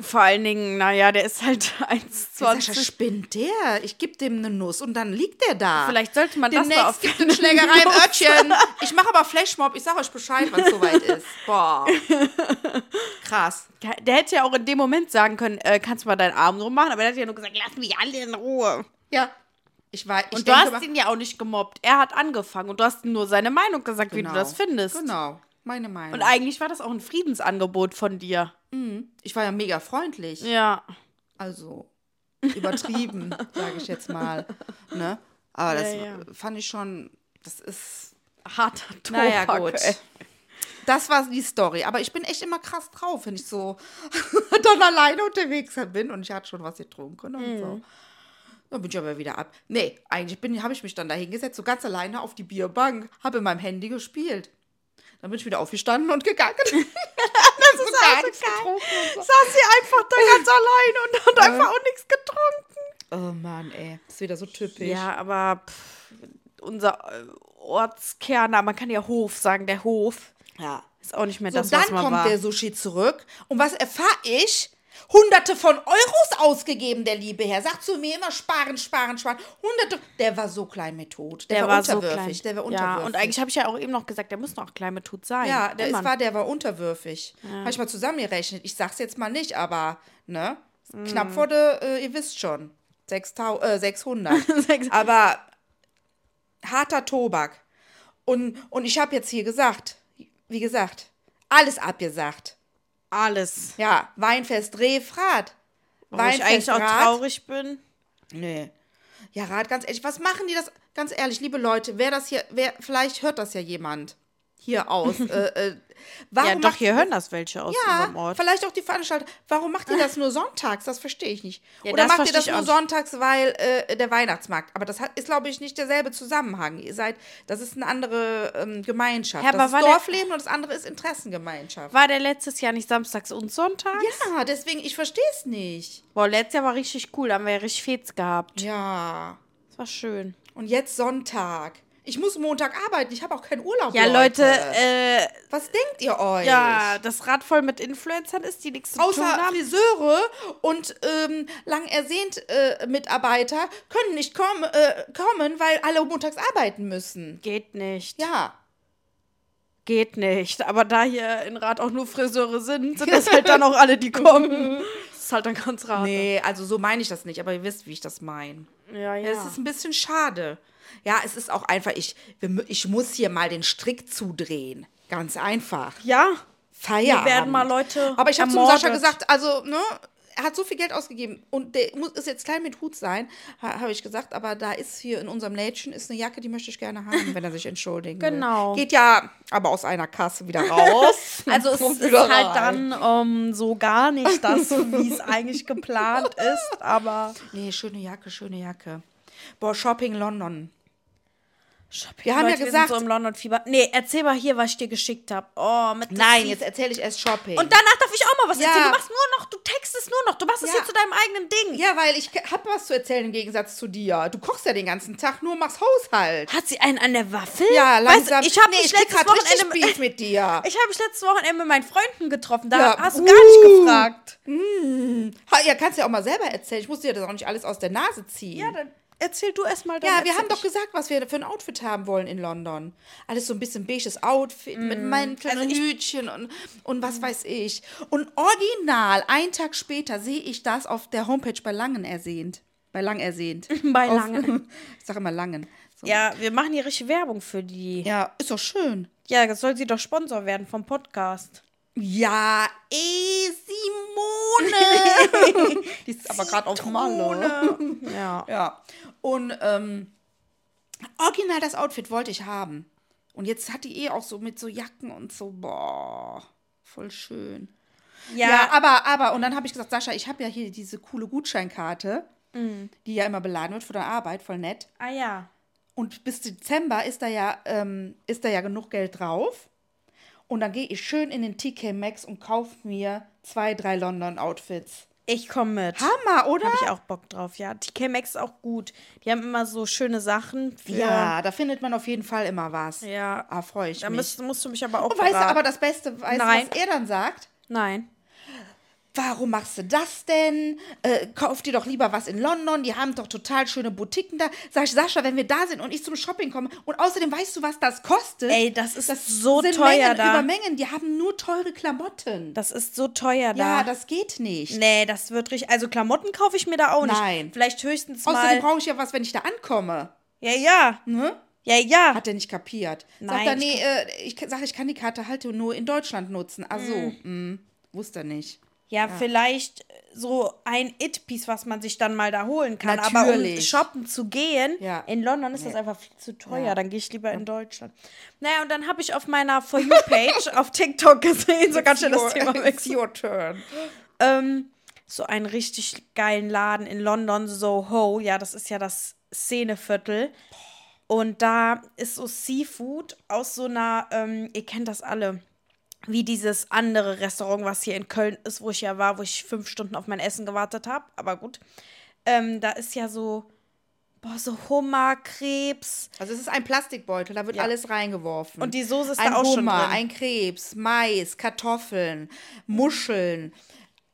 Speaker 1: Vor allen Dingen, naja, der ist halt
Speaker 2: Sascha
Speaker 1: 1,20.
Speaker 2: spinnt der. Ich gebe dem eine Nuss und dann liegt der da.
Speaker 1: Vielleicht sollte man das mal auf
Speaker 2: Demnächst gibt es Schlägerei im Örtchen. Ich mache aber Flashmob. Ich sage euch Bescheid, wenn es soweit ist. Boah. Krass.
Speaker 1: Der hätte ja auch in dem Moment sagen können, äh, kannst du mal deinen Arm drum machen, aber er hat ja nur gesagt, lass mich alle in Ruhe.
Speaker 2: Ja. Ich war, ich
Speaker 1: Und du
Speaker 2: denke
Speaker 1: hast
Speaker 2: mal-
Speaker 1: ihn ja auch nicht gemobbt. Er hat angefangen und du hast ihm nur seine Meinung gesagt, wie
Speaker 2: Genau.
Speaker 1: du das findest.
Speaker 2: Genau. Meine Meinung.
Speaker 1: Und eigentlich war das auch ein Friedensangebot von dir.
Speaker 2: ich war ja mega freundlich.
Speaker 1: Ja.
Speaker 2: Also übertrieben, sage ich jetzt mal. Ne? Aber das
Speaker 1: Ja, ja.
Speaker 2: fand ich schon, das ist.
Speaker 1: Harter Tobak.
Speaker 2: Naja, gut.
Speaker 1: ey.
Speaker 2: Das war die Story. Aber ich bin echt immer krass drauf, wenn ich so dann alleine unterwegs bin und ich hatte schon was getrunken und
Speaker 1: Mhm.
Speaker 2: so. Dann bin ich aber wieder ab. Nee, eigentlich habe ich mich dann da hingesetzt, so ganz alleine auf die Bierbank, habe in meinem Handy gespielt. Dann bin ich wieder aufgestanden und gegangen. das ist so gar nichts getrunken. Und
Speaker 1: Saß sie einfach da ganz allein und hat einfach auch nichts getrunken.
Speaker 2: so. Oh Mann, ey. Ist wieder so typisch.
Speaker 1: Ja, aber pff, unser äh, Ortskerner, man kann ja Hof sagen, der Hof
Speaker 2: ja.
Speaker 1: ist auch nicht mehr
Speaker 2: So,
Speaker 1: das,
Speaker 2: dann
Speaker 1: was man
Speaker 2: kommt
Speaker 1: war.
Speaker 2: der Sushi zurück. Und was erfahre ich? Hunderte von Euros ausgegeben, der liebe Herr. Sagt zu mir immer sparen, sparen, sparen. Hunderte. Der war so klein mit Tod. Der, war, unterwürfig. Der war unterwürfig.
Speaker 1: Ja, und eigentlich habe ich ja auch eben noch gesagt, der muss noch klein mit Tut sein.
Speaker 2: Ja, der,
Speaker 1: Immer.
Speaker 2: ist, war, der war unterwürfig. Habe ich mal zusammengerechnet. Ich sag's jetzt mal nicht, aber ne?
Speaker 1: Hm.
Speaker 2: Knapp wurde, äh, ihr wisst schon. 6000, äh, 600.
Speaker 1: Sechs-
Speaker 2: aber harter Tobak. Und, und ich habe jetzt hier gesagt, wie gesagt, alles abgesagt.
Speaker 1: alles.
Speaker 2: Ja, Weinfest Refrat.
Speaker 1: Weil ich eigentlich auch traurig bin.
Speaker 2: Nee. Ja, Rat, ganz ehrlich, was machen die das? Ganz ehrlich, liebe Leute, wer das hier, wer, vielleicht hört das ja jemand hier aus. äh, äh, warum
Speaker 1: Ja, doch,
Speaker 2: macht-
Speaker 1: hier hören das welche aus unserem
Speaker 2: Ja,
Speaker 1: Ort.
Speaker 2: vielleicht auch die Veranstalter. Warum macht ihr das nur sonntags? Das verstehe ich nicht.
Speaker 1: Ja,
Speaker 2: Oder
Speaker 1: das
Speaker 2: macht ihr
Speaker 1: verstehe
Speaker 2: das
Speaker 1: ich
Speaker 2: nur
Speaker 1: auch nicht.
Speaker 2: sonntags, weil äh, der Weihnachtsmarkt? Aber das hat, ist, glaube ich, nicht derselbe Zusammenhang. Ihr seid, das ist eine andere ähm, Gemeinschaft.
Speaker 1: Ja, aber
Speaker 2: das ist
Speaker 1: war der-
Speaker 2: Dorfleben und das andere ist Interessengemeinschaft.
Speaker 1: War der letztes Jahr nicht samstags und sonntags?
Speaker 2: Ja, deswegen, ich verstehe es nicht.
Speaker 1: Boah, letztes Jahr war richtig cool, da haben wir ja richtig Fets gehabt.
Speaker 2: Ja.
Speaker 1: Das war schön.
Speaker 2: Und jetzt Sonntag. Ich muss Montag arbeiten. Ich habe auch keinen Urlaub.
Speaker 1: Ja, Leute, äh,
Speaker 2: was denkt ihr euch?
Speaker 1: ja, das Rad voll mit Influencern ist, die nichts zu tun
Speaker 2: Außer
Speaker 1: haben.
Speaker 2: Friseure und ähm, lang ersehnt äh, Mitarbeiter können nicht komm, äh, kommen, weil alle montags arbeiten müssen.
Speaker 1: Geht nicht.
Speaker 2: Ja.
Speaker 1: geht nicht. Aber da hier in Rad auch nur Friseure sind, sind das halt dann auch alle, die kommen. Das ist halt dann ganz rar.
Speaker 2: Nee, also so meine ich das nicht, aber ihr wisst, wie ich das meine.
Speaker 1: Ja, ja.
Speaker 2: Ja, es ist ein bisschen schade. Ja, es ist auch einfach, ich, wir mü- ich muss hier mal den Strick zudrehen. Ganz einfach.
Speaker 1: ja,
Speaker 2: Feierabend.
Speaker 1: werden mal Leute
Speaker 2: Aber ich habe zum
Speaker 1: ermordet.
Speaker 2: Sascha gesagt, also, ne, er hat so viel Geld ausgegeben und der muss, ist jetzt klein mit Hut sein, ha, habe ich gesagt, aber da ist hier in unserem Lädchen ist eine Jacke, die möchte ich gerne haben, wenn er sich entschuldigen
Speaker 1: Genau.
Speaker 2: Will. Geht ja aber aus einer Kasse wieder raus.
Speaker 1: Also es
Speaker 2: Kommt
Speaker 1: ist
Speaker 2: wieder
Speaker 1: halt
Speaker 2: rein.
Speaker 1: dann ähm, so gar nicht das, wie es eigentlich geplant ist, aber
Speaker 2: Nee, schöne Jacke, schöne Jacke. Boah, Shopping London.
Speaker 1: wir
Speaker 2: haben ja gesagt-
Speaker 1: wir sind so im London Fieber. Nee, erzähl mal hier, was ich dir geschickt habe. Oh, mit das
Speaker 2: Nein,
Speaker 1: Fies-
Speaker 2: jetzt erzähle ich erst Shopping.
Speaker 1: Und danach darf ich auch mal was
Speaker 2: Ja.
Speaker 1: erzählen. Du machst nur noch, du textest nur noch, du machst es
Speaker 2: Ja.
Speaker 1: hier zu deinem eigenen Ding.
Speaker 2: Ja, weil ich hab was zu erzählen im Gegensatz zu dir. Du kochst ja den ganzen Tag, nur machst Haushalt.
Speaker 1: Hat sie einen an der Waffel?
Speaker 2: Ja,
Speaker 1: Weißt du,
Speaker 2: langsam.
Speaker 1: ich habe
Speaker 2: nee,
Speaker 1: mich
Speaker 2: ich krieg
Speaker 1: letztes
Speaker 2: grad richtig
Speaker 1: Wochenende
Speaker 2: Beef mit dir.
Speaker 1: Ich habe mich letztes Wochenende mit meinen Freunden getroffen. Da
Speaker 2: Ja.
Speaker 1: hast du gar nicht
Speaker 2: Uh. Mm.
Speaker 1: gefragt.
Speaker 2: Ha, ja, kannst ja auch mal selber erzählen. Ich muss dir das auch nicht alles aus der Nase ziehen.
Speaker 1: Ja, dann erzähl du erst mal. dann
Speaker 2: Ja, wir
Speaker 1: erzähl
Speaker 2: haben doch
Speaker 1: ich.
Speaker 2: gesagt, was wir für ein Outfit haben wollen in London. Alles so ein bisschen beiges Outfit mit
Speaker 1: Mm.
Speaker 2: meinem kleinen
Speaker 1: Also
Speaker 2: Hütchen und, und was weiß ich. Und original, einen Tag später, sehe ich das auf der Homepage bei Langen ersehnt. Bei Lang ersehnt. Auf-
Speaker 1: Bei Langen.
Speaker 2: Ich sage immer Langen. So.
Speaker 1: Ja, wir machen hier richtig Werbung für die.
Speaker 2: ja, ist doch schön.
Speaker 1: Ja, das soll sie doch Sponsor werden vom Podcast.
Speaker 2: Ja, eh, Simone. Die ist aber gerade auf Malle.
Speaker 1: Ja.
Speaker 2: Ja. Und ähm, original das Outfit wollte ich haben. Und jetzt hat die eh auch so mit so Jacken und so, boah, voll schön. Ja, aber, aber, und dann habe ich gesagt, Sascha, ich habe ja hier diese coole Gutscheinkarte,
Speaker 1: Mhm.
Speaker 2: die ja immer beladen wird von der Arbeit, voll nett.
Speaker 1: ah ja.
Speaker 2: Und bis Dezember ist da ja, ähm, ist da ja genug Geld drauf. Und dann gehe ich schön in den TK Maxx und kaufe mir zwei, drei London-Outfits.
Speaker 1: Ich komme mit. Hab
Speaker 2: Hammer, oder?
Speaker 1: ich auch Bock drauf, ja. TK Maxx ist auch gut. Die haben immer so schöne Sachen. Für,
Speaker 2: Ja, da findet man auf jeden Fall immer was.
Speaker 1: Ja.
Speaker 2: Ah, freue ich
Speaker 1: Da
Speaker 2: mich.
Speaker 1: musst, musst du mich aber auch
Speaker 2: Und weißt du,
Speaker 1: beraten.
Speaker 2: aber das Beste, weißt
Speaker 1: Nein.
Speaker 2: du, was er dann sagt?
Speaker 1: Nein.
Speaker 2: Warum machst du das denn? Äh, kauf dir doch lieber was in London. Die haben doch total schöne Boutiquen da. Sag ich, Sascha, wenn wir da sind und ich zum Shopping komme und außerdem weißt du, was das kostet?
Speaker 1: Ey, das ist so teuer
Speaker 2: Mengen
Speaker 1: da.
Speaker 2: über Mengen. Die haben nur teure Klamotten.
Speaker 1: Das ist so teuer da.
Speaker 2: ja, das geht nicht.
Speaker 1: nee, das wird richtig. Also Klamotten kaufe ich mir da auch nicht.
Speaker 2: Nein.
Speaker 1: Vielleicht höchstens
Speaker 2: Außerdem
Speaker 1: mal.
Speaker 2: brauche ich ja was, wenn ich da ankomme.
Speaker 1: Ja, ja.
Speaker 2: Ne?
Speaker 1: Ja, ja.
Speaker 2: Hat er nicht kapiert.
Speaker 1: Nein,
Speaker 2: sagt er,
Speaker 1: ich
Speaker 2: nee, äh, ich sag, ich kann die Karte halt nur in Deutschland nutzen. Ach so,
Speaker 1: Hm.
Speaker 2: mm. wusste er nicht.
Speaker 1: Ja, vielleicht äh, so ein It-Piece, was man sich dann mal da holen kann. Aber um
Speaker 2: Natürlich.
Speaker 1: shoppen zu gehen,
Speaker 2: Ja.
Speaker 1: in London ist das einfach viel zu teuer.
Speaker 2: Ja.
Speaker 1: Dann gehe ich lieber in Deutschland. Naja, und dann habe ich auf meiner For You-Page auf TikTok gesehen, so ganz schön das Thema
Speaker 2: It's
Speaker 1: wechseln.
Speaker 2: your turn.
Speaker 1: Ähm, so einen richtig geilen Laden in London, Soho. Ja, das ist ja das Szeneviertel. Und da ist so Seafood aus so einer, ähm, ihr kennt das alle, wie dieses andere Restaurant, was hier in Köln ist, wo ich ja war, wo ich fünf Stunden auf mein Essen gewartet habe. Aber gut. Ähm, da ist ja so, boah, so Hummer, Krebs.
Speaker 2: Also es ist ein Plastikbeutel, da wird
Speaker 1: Ja.
Speaker 2: alles reingeworfen.
Speaker 1: Und die Soße ist
Speaker 2: ein
Speaker 1: da auch
Speaker 2: Hummer,
Speaker 1: schon drin.
Speaker 2: ein Krebs, Mais, Kartoffeln, Muscheln,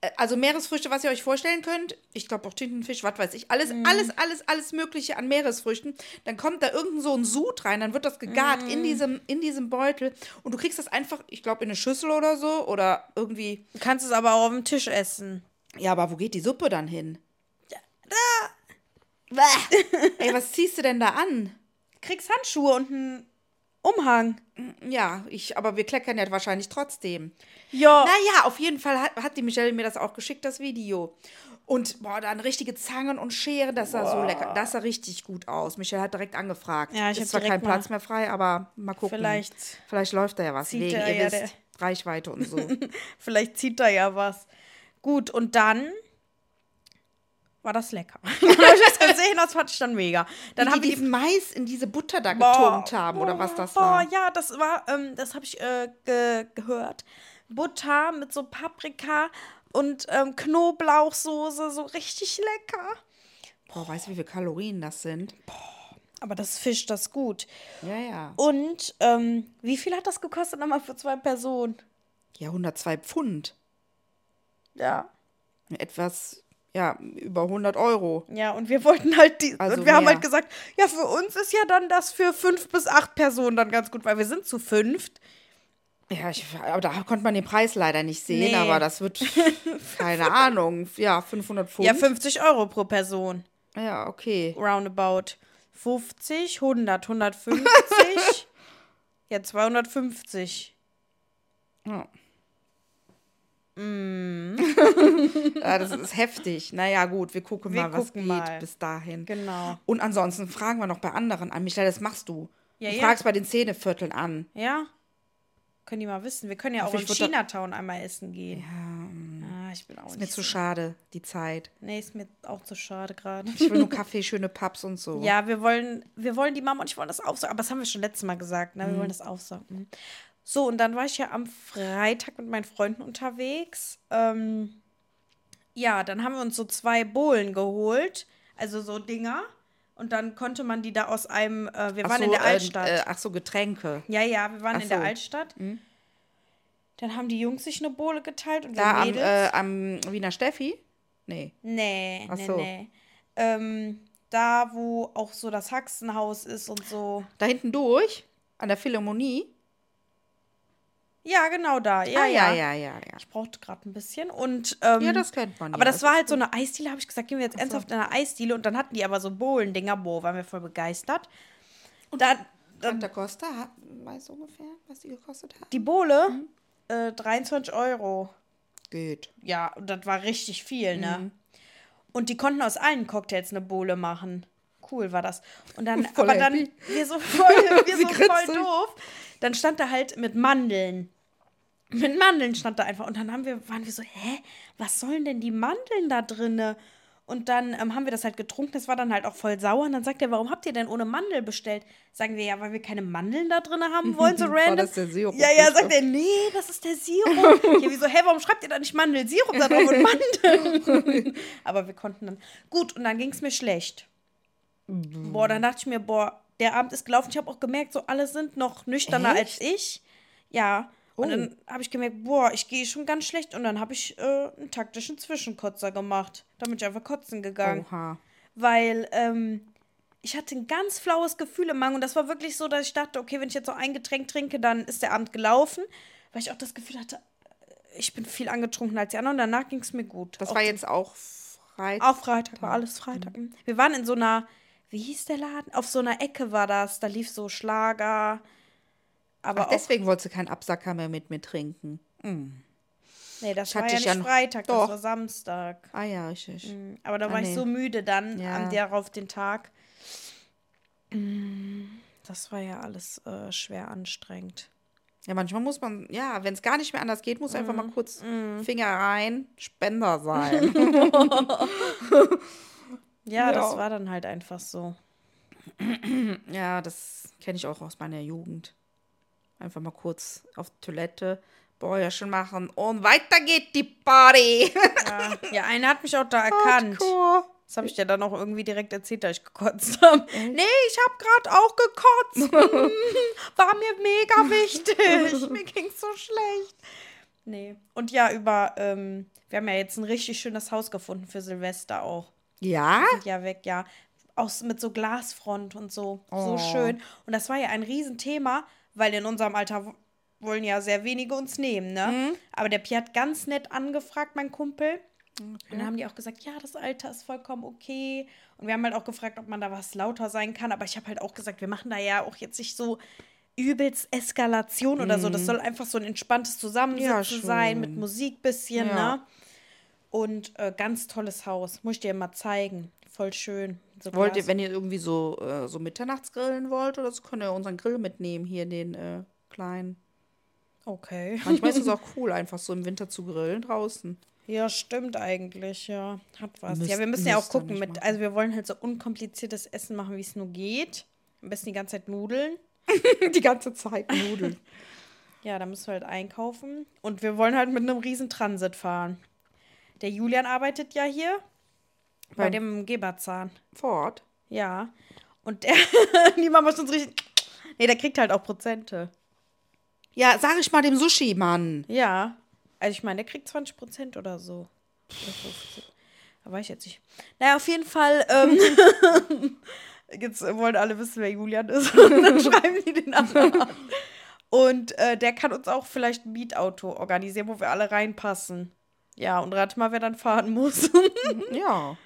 Speaker 2: äh, also Meeresfrüchte, was ihr euch vorstellen könnt. Ich glaube auch Tintenfisch, was weiß ich. Alles,
Speaker 1: Mhm.
Speaker 2: alles, alles, alles Mögliche an Meeresfrüchten. Dann kommt da irgend so ein Sud rein, dann wird das gegart in,
Speaker 1: Mhm.
Speaker 2: diesem, in diesem Beutel. Und du kriegst das einfach, ich glaube, in eine Schüssel oder so. Oder irgendwie.
Speaker 1: Du kannst es aber auch auf dem Tisch essen.
Speaker 2: Ja, aber wo geht die Suppe dann hin? Ey, was ziehst du denn da an?
Speaker 1: Kriegst Handschuhe und einen Umhang.
Speaker 2: Ja, ich, aber wir kleckern ja wahrscheinlich trotzdem.
Speaker 1: Oh. Ja.
Speaker 2: Naja, auf jeden Fall hat, hat die Michelle mir das auch geschickt, das Video. Und boah, dann richtige Zangen und Scheren, das sah so lecker, das sah richtig gut aus. Michelle hat direkt angefragt.
Speaker 1: Ja, ich hab
Speaker 2: Ist zwar
Speaker 1: direkt
Speaker 2: kein
Speaker 1: mal-
Speaker 2: Platz mehr frei, aber mal gucken.
Speaker 1: Vielleicht
Speaker 2: Vielleicht läuft da ja was
Speaker 1: zieht
Speaker 2: wegen,
Speaker 1: er
Speaker 2: ihr
Speaker 1: ja
Speaker 2: wisst, Reichweite und so.
Speaker 1: Vielleicht zieht da ja was. Gut, und dann war das lecker. Dann hab ich das gesehen, das fand ich dann mega. Dann
Speaker 2: Wie
Speaker 1: haben
Speaker 2: die
Speaker 1: die
Speaker 2: diesen Mais in diese Butter da
Speaker 1: Boah,
Speaker 2: getunkt haben oder was das
Speaker 1: boah,
Speaker 2: war.
Speaker 1: ja, das war, ähm, das habe ich äh, ge gehört. Butter mit so Paprika und ähm, Knoblauchsoße, so richtig lecker.
Speaker 2: Boah, weißt du, wie viele Kalorien das sind?
Speaker 1: Aber das Fisch, das ist gut.
Speaker 2: Ja, ja.
Speaker 1: Und ähm, wie viel hat das gekostet nochmal für zwei Personen?
Speaker 2: Ja, 102 Pfund.
Speaker 1: Ja.
Speaker 2: Etwas, ja, über 100 Euro.
Speaker 1: Ja, und wir wollten halt die.
Speaker 2: Also
Speaker 1: und wir haben
Speaker 2: mehr.
Speaker 1: halt gesagt, ja, für uns ist ja dann das für fünf bis acht Personen dann ganz gut, weil wir sind zu fünft.
Speaker 2: Ja, ich, aber da konnte man den Preis leider nicht sehen,
Speaker 1: Nee.
Speaker 2: aber das wird, keine Ahnung, ja, 500 Pfund.
Speaker 1: Ja, 50 Euro pro Person.
Speaker 2: ja, okay.
Speaker 1: Roundabout. 50, 100, 150. ja, 250.
Speaker 2: Ja.
Speaker 1: Mhm.
Speaker 2: ja, das ist heftig. Naja, gut, wir gucken
Speaker 1: Wir
Speaker 2: mal, was
Speaker 1: gucken
Speaker 2: geht
Speaker 1: mal.
Speaker 2: bis dahin.
Speaker 1: Genau.
Speaker 2: Und ansonsten fragen wir noch bei anderen an. Michael, das machst du.
Speaker 1: Ja,
Speaker 2: du
Speaker 1: ja.
Speaker 2: fragst bei den Zähnevierteln an.
Speaker 1: Ja? Können die mal wissen. Wir können ja auch
Speaker 2: Hoffe,
Speaker 1: in
Speaker 2: ich würd da- ähm,
Speaker 1: Chinatown einmal essen gehen. Ja. Ah, ich bin auch
Speaker 2: Mir
Speaker 1: nicht.
Speaker 2: zu schade, die Zeit.
Speaker 1: nee, ist mir auch zu schade gerade.
Speaker 2: Ich will nur Kaffee, schöne Pubs und so.
Speaker 1: Ja, wir wollen, wir wollen die Mama und ich wollen das aufsaugen. Aber das haben wir schon letztes Mal gesagt,
Speaker 2: Mhm.
Speaker 1: ne? Wir wollen das aufsaugen. So, und dann war ich ja am Freitag mit meinen Freunden unterwegs. Ähm, ja, dann haben wir uns so zwei Bohlen geholt, also so Dinger. Und dann konnte man die da aus einem, äh, wir
Speaker 2: Ach
Speaker 1: waren in
Speaker 2: so, äh,
Speaker 1: der Altstadt.
Speaker 2: Äh, ach so, Getränke.
Speaker 1: ja, ja, wir waren
Speaker 2: ach
Speaker 1: in der
Speaker 2: so. Mhm.
Speaker 1: Altstadt. Dann haben die Jungs sich eine Bohle geteilt und
Speaker 2: Da
Speaker 1: die
Speaker 2: am,
Speaker 1: Mädels.
Speaker 2: äh, am Wiener Steffi? Nee.
Speaker 1: nee,
Speaker 2: Ach
Speaker 1: nee,
Speaker 2: so.
Speaker 1: nee. Ähm, da, wo auch so das Haxenhaus ist und so.
Speaker 2: Da hinten durch? An der Philharmonie?
Speaker 1: Ja, genau da. Ja,
Speaker 2: ah,
Speaker 1: ja,
Speaker 2: ja, ja, ja, ja.
Speaker 1: Ich brauchte gerade ein bisschen und ähm,
Speaker 2: Ja, das kennt man.
Speaker 1: aber
Speaker 2: ja.
Speaker 1: das war halt so eine Eisdiele, habe ich gesagt, gehen wir jetzt ernsthaft in eine Eisdiele und dann hatten die aber so Bohlen-Dinger, boah, waren wir voll begeistert. Und dann, dann
Speaker 2: Santa Costa hat, weiß ungefähr, was die gekostet hat.
Speaker 1: die Bohle,
Speaker 2: Mhm.
Speaker 1: äh, 23 Euro.
Speaker 2: Geht.
Speaker 1: Ja, und das war richtig viel, ne?
Speaker 2: Mhm.
Speaker 1: Und die konnten aus allen Cocktails eine Bohle machen. Cool war das. Und dann,
Speaker 2: Voll
Speaker 1: aber dann,
Speaker 2: happy.
Speaker 1: wir so voll, wir
Speaker 2: Sie
Speaker 1: so
Speaker 2: grinst
Speaker 1: voll
Speaker 2: so.
Speaker 1: doof. Dann stand da halt mit Mandeln. Mit Mandeln stand da einfach. Und dann haben wir, waren wir so, hä, was sollen denn die Mandeln da drinne? Und dann ähm, haben wir das halt getrunken, das war dann halt auch voll sauer. Und dann sagt er, warum habt ihr denn ohne Mandel bestellt? Sagen wir, ja, weil wir keine Mandeln da drinne haben wollen, so
Speaker 2: War
Speaker 1: random.
Speaker 2: das der Sirup?
Speaker 1: Ja, ja, sagt er, nee, das ist der Sirup. Ja, wieso, hä, warum schreibt ihr da nicht Mandelsirup da drauf und Mandeln? Aber wir konnten dann. Gut, und dann ging es mir schlecht. Boah, dann dachte ich mir, boah, der Abend ist gelaufen. Ich habe auch gemerkt, so alle sind noch nüchterner als ich. Ja. Und
Speaker 2: Oh.
Speaker 1: dann habe ich gemerkt, boah, ich gehe schon ganz schlecht. Und dann habe ich äh, einen taktischen Zwischenkotzer gemacht. Da bin ich einfach kotzen gegangen
Speaker 2: Oha.
Speaker 1: weil ähm, ich hatte ein ganz flaues Gefühl im Magen und das war wirklich so, dass ich dachte, okay, wenn ich jetzt noch ein Getränk trinke, dann ist der Abend gelaufen, weil ich auch das Gefühl hatte, ich bin viel angetrunken als die anderen und danach ging es mir gut.
Speaker 2: Das
Speaker 1: auch,
Speaker 2: war Mhm. jetzt auch Freitag.
Speaker 1: auch Freitag, war alles Freitag. Wir waren in so einer, wie hieß der Laden? Auf so einer Ecke war das, da lief so Schlager, aber
Speaker 2: Ach,
Speaker 1: auch,
Speaker 2: deswegen wolltest du keinen Absacker mehr mit mir trinken.
Speaker 1: nee, das
Speaker 2: hatte
Speaker 1: war
Speaker 2: ich
Speaker 1: ja nicht
Speaker 2: ja noch-
Speaker 1: Freitag, das
Speaker 2: Doch.
Speaker 1: war Samstag.
Speaker 2: Ah ja, richtig.
Speaker 1: Aber da war ich
Speaker 2: nee.
Speaker 1: so müde dann
Speaker 2: Ja.
Speaker 1: am darauf den Tag. Mm, Das war ja alles äh, schwer anstrengend.
Speaker 2: Ja, manchmal muss man, ja, wenn es gar nicht mehr anders geht, muss einfach
Speaker 1: Mhm.
Speaker 2: mal kurz Finger rein, Spender sein.
Speaker 1: Ja,
Speaker 2: Ja.
Speaker 1: das war dann halt einfach so.
Speaker 2: ja, das kenne ich auch aus meiner Jugend. Einfach mal kurz auf Toilette, Bäuerchen machen und weiter geht die Party.
Speaker 1: Ja, ja einer hat mich auch da erkannt.
Speaker 2: Hardcore.
Speaker 1: Das habe ich dir dann auch irgendwie direkt erzählt, dass ich gekotzt habe. Nee, ich habe gerade auch gekotzt. Mm, War mir mega wichtig. mir ging's so schlecht. Nee. Und ja, über, ähm, wir haben ja jetzt ein richtig schönes Haus gefunden für Silvester auch.
Speaker 2: Ja?
Speaker 1: ja weg, ja. Aus, mit so Glasfront und so. So
Speaker 2: Oh.
Speaker 1: schön. Und das war ja ein Riesenthema, weil in unserem Alter w- wollen ja sehr wenige uns nehmen, ne?
Speaker 2: Mhm.
Speaker 1: Aber der Pi hat ganz nett angefragt, mein Kumpel. Und dann haben die auch gesagt, ja, das Alter ist vollkommen okay. Und wir haben halt auch gefragt, ob man da was lauter sein kann. Aber ich habe halt auch gesagt, wir machen da ja auch jetzt nicht so übelst Eskalation oder so.
Speaker 2: Mhm.
Speaker 1: Das soll einfach so ein entspanntes Zusammensitzen
Speaker 2: schon.
Speaker 1: sein mit Musik bisschen,
Speaker 2: Ja.
Speaker 1: ne? Und äh, ganz tolles Haus. Muss ich dir mal zeigen. Voll schön. So
Speaker 2: Wollt ihr,
Speaker 1: Glas-
Speaker 2: wenn ihr irgendwie so, äh, so Mitternachtsgrillen wollt oder so, könnt ihr unseren Grill mitnehmen, hier den äh, kleinen.
Speaker 1: Okay.
Speaker 2: Manchmal ist es auch cool, einfach so im Winter zu grillen draußen.
Speaker 1: Ja, stimmt eigentlich, ja. Hat was. ja,
Speaker 2: Müsst-
Speaker 1: wir müssen ja auch
Speaker 2: müsst ihr
Speaker 1: gucken.
Speaker 2: nicht
Speaker 1: Mit,
Speaker 2: machen.
Speaker 1: also wir wollen halt so unkompliziertes Essen machen, wie es nur geht. Am besten die ganze Zeit Nudeln.
Speaker 2: Die ganze Zeit Nudeln.
Speaker 1: Ja, da müssen wir halt einkaufen. Und wir wollen halt mit einem riesen Transit fahren. Der Julian arbeitet ja hier bei
Speaker 2: Beim-
Speaker 1: dem Geberzahn.
Speaker 2: Fort.
Speaker 1: Ja. Und der, die Mama ist uns richtig. Nee, der kriegt halt auch Prozente.
Speaker 2: Ja, sag ich mal dem Sushi-Mann.
Speaker 1: Ja. Also ich meine, der kriegt 20 Prozent oder so. Oder 15. Da weiß ich jetzt nicht. Naja, auf jeden Fall. Ähm, äh, jetzt wollen alle wissen, wer Julian ist. Und dann schreiben die den anderen an. Und äh, der kann uns auch vielleicht ein Mietauto organisieren, wo wir alle reinpassen. Ja, und rat mal, wer dann fahren muss.
Speaker 2: Hm? Ja.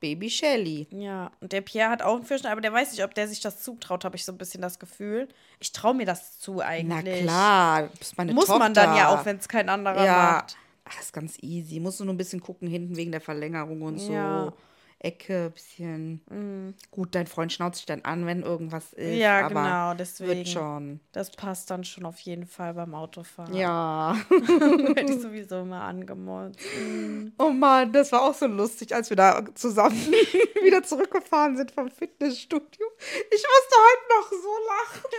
Speaker 2: Baby Shelly.
Speaker 1: ja, und der Pierre hat auch einen Führerschein, aber der weiß nicht, ob der sich das zutraut, habe ich so ein bisschen das Gefühl. Ich traue mir das zu
Speaker 2: Na
Speaker 1: eigentlich.
Speaker 2: klar, du bist meine
Speaker 1: Muss
Speaker 2: Tochter.
Speaker 1: man dann ja auch, wenn es kein anderer
Speaker 2: ja.
Speaker 1: macht.
Speaker 2: Ach, das ist ganz easy. Musst du nur ein bisschen gucken hinten wegen der Verlängerung und so.
Speaker 1: Ja. Mhm.
Speaker 2: Ecke, bisschen. Gut, dein Freund schnauzt sich dann an, wenn irgendwas ist.
Speaker 1: Ja,
Speaker 2: aber
Speaker 1: genau, deswegen.
Speaker 2: Wird schon.
Speaker 1: Das passt dann schon auf jeden Fall beim Autofahren.
Speaker 2: Ja.
Speaker 1: Hätte ich sowieso immer angemotzt.
Speaker 2: Oh Mann, das war auch so lustig, als wir da zusammen wieder zurückgefahren sind vom Fitnessstudio. Ich musste heute noch so lachen.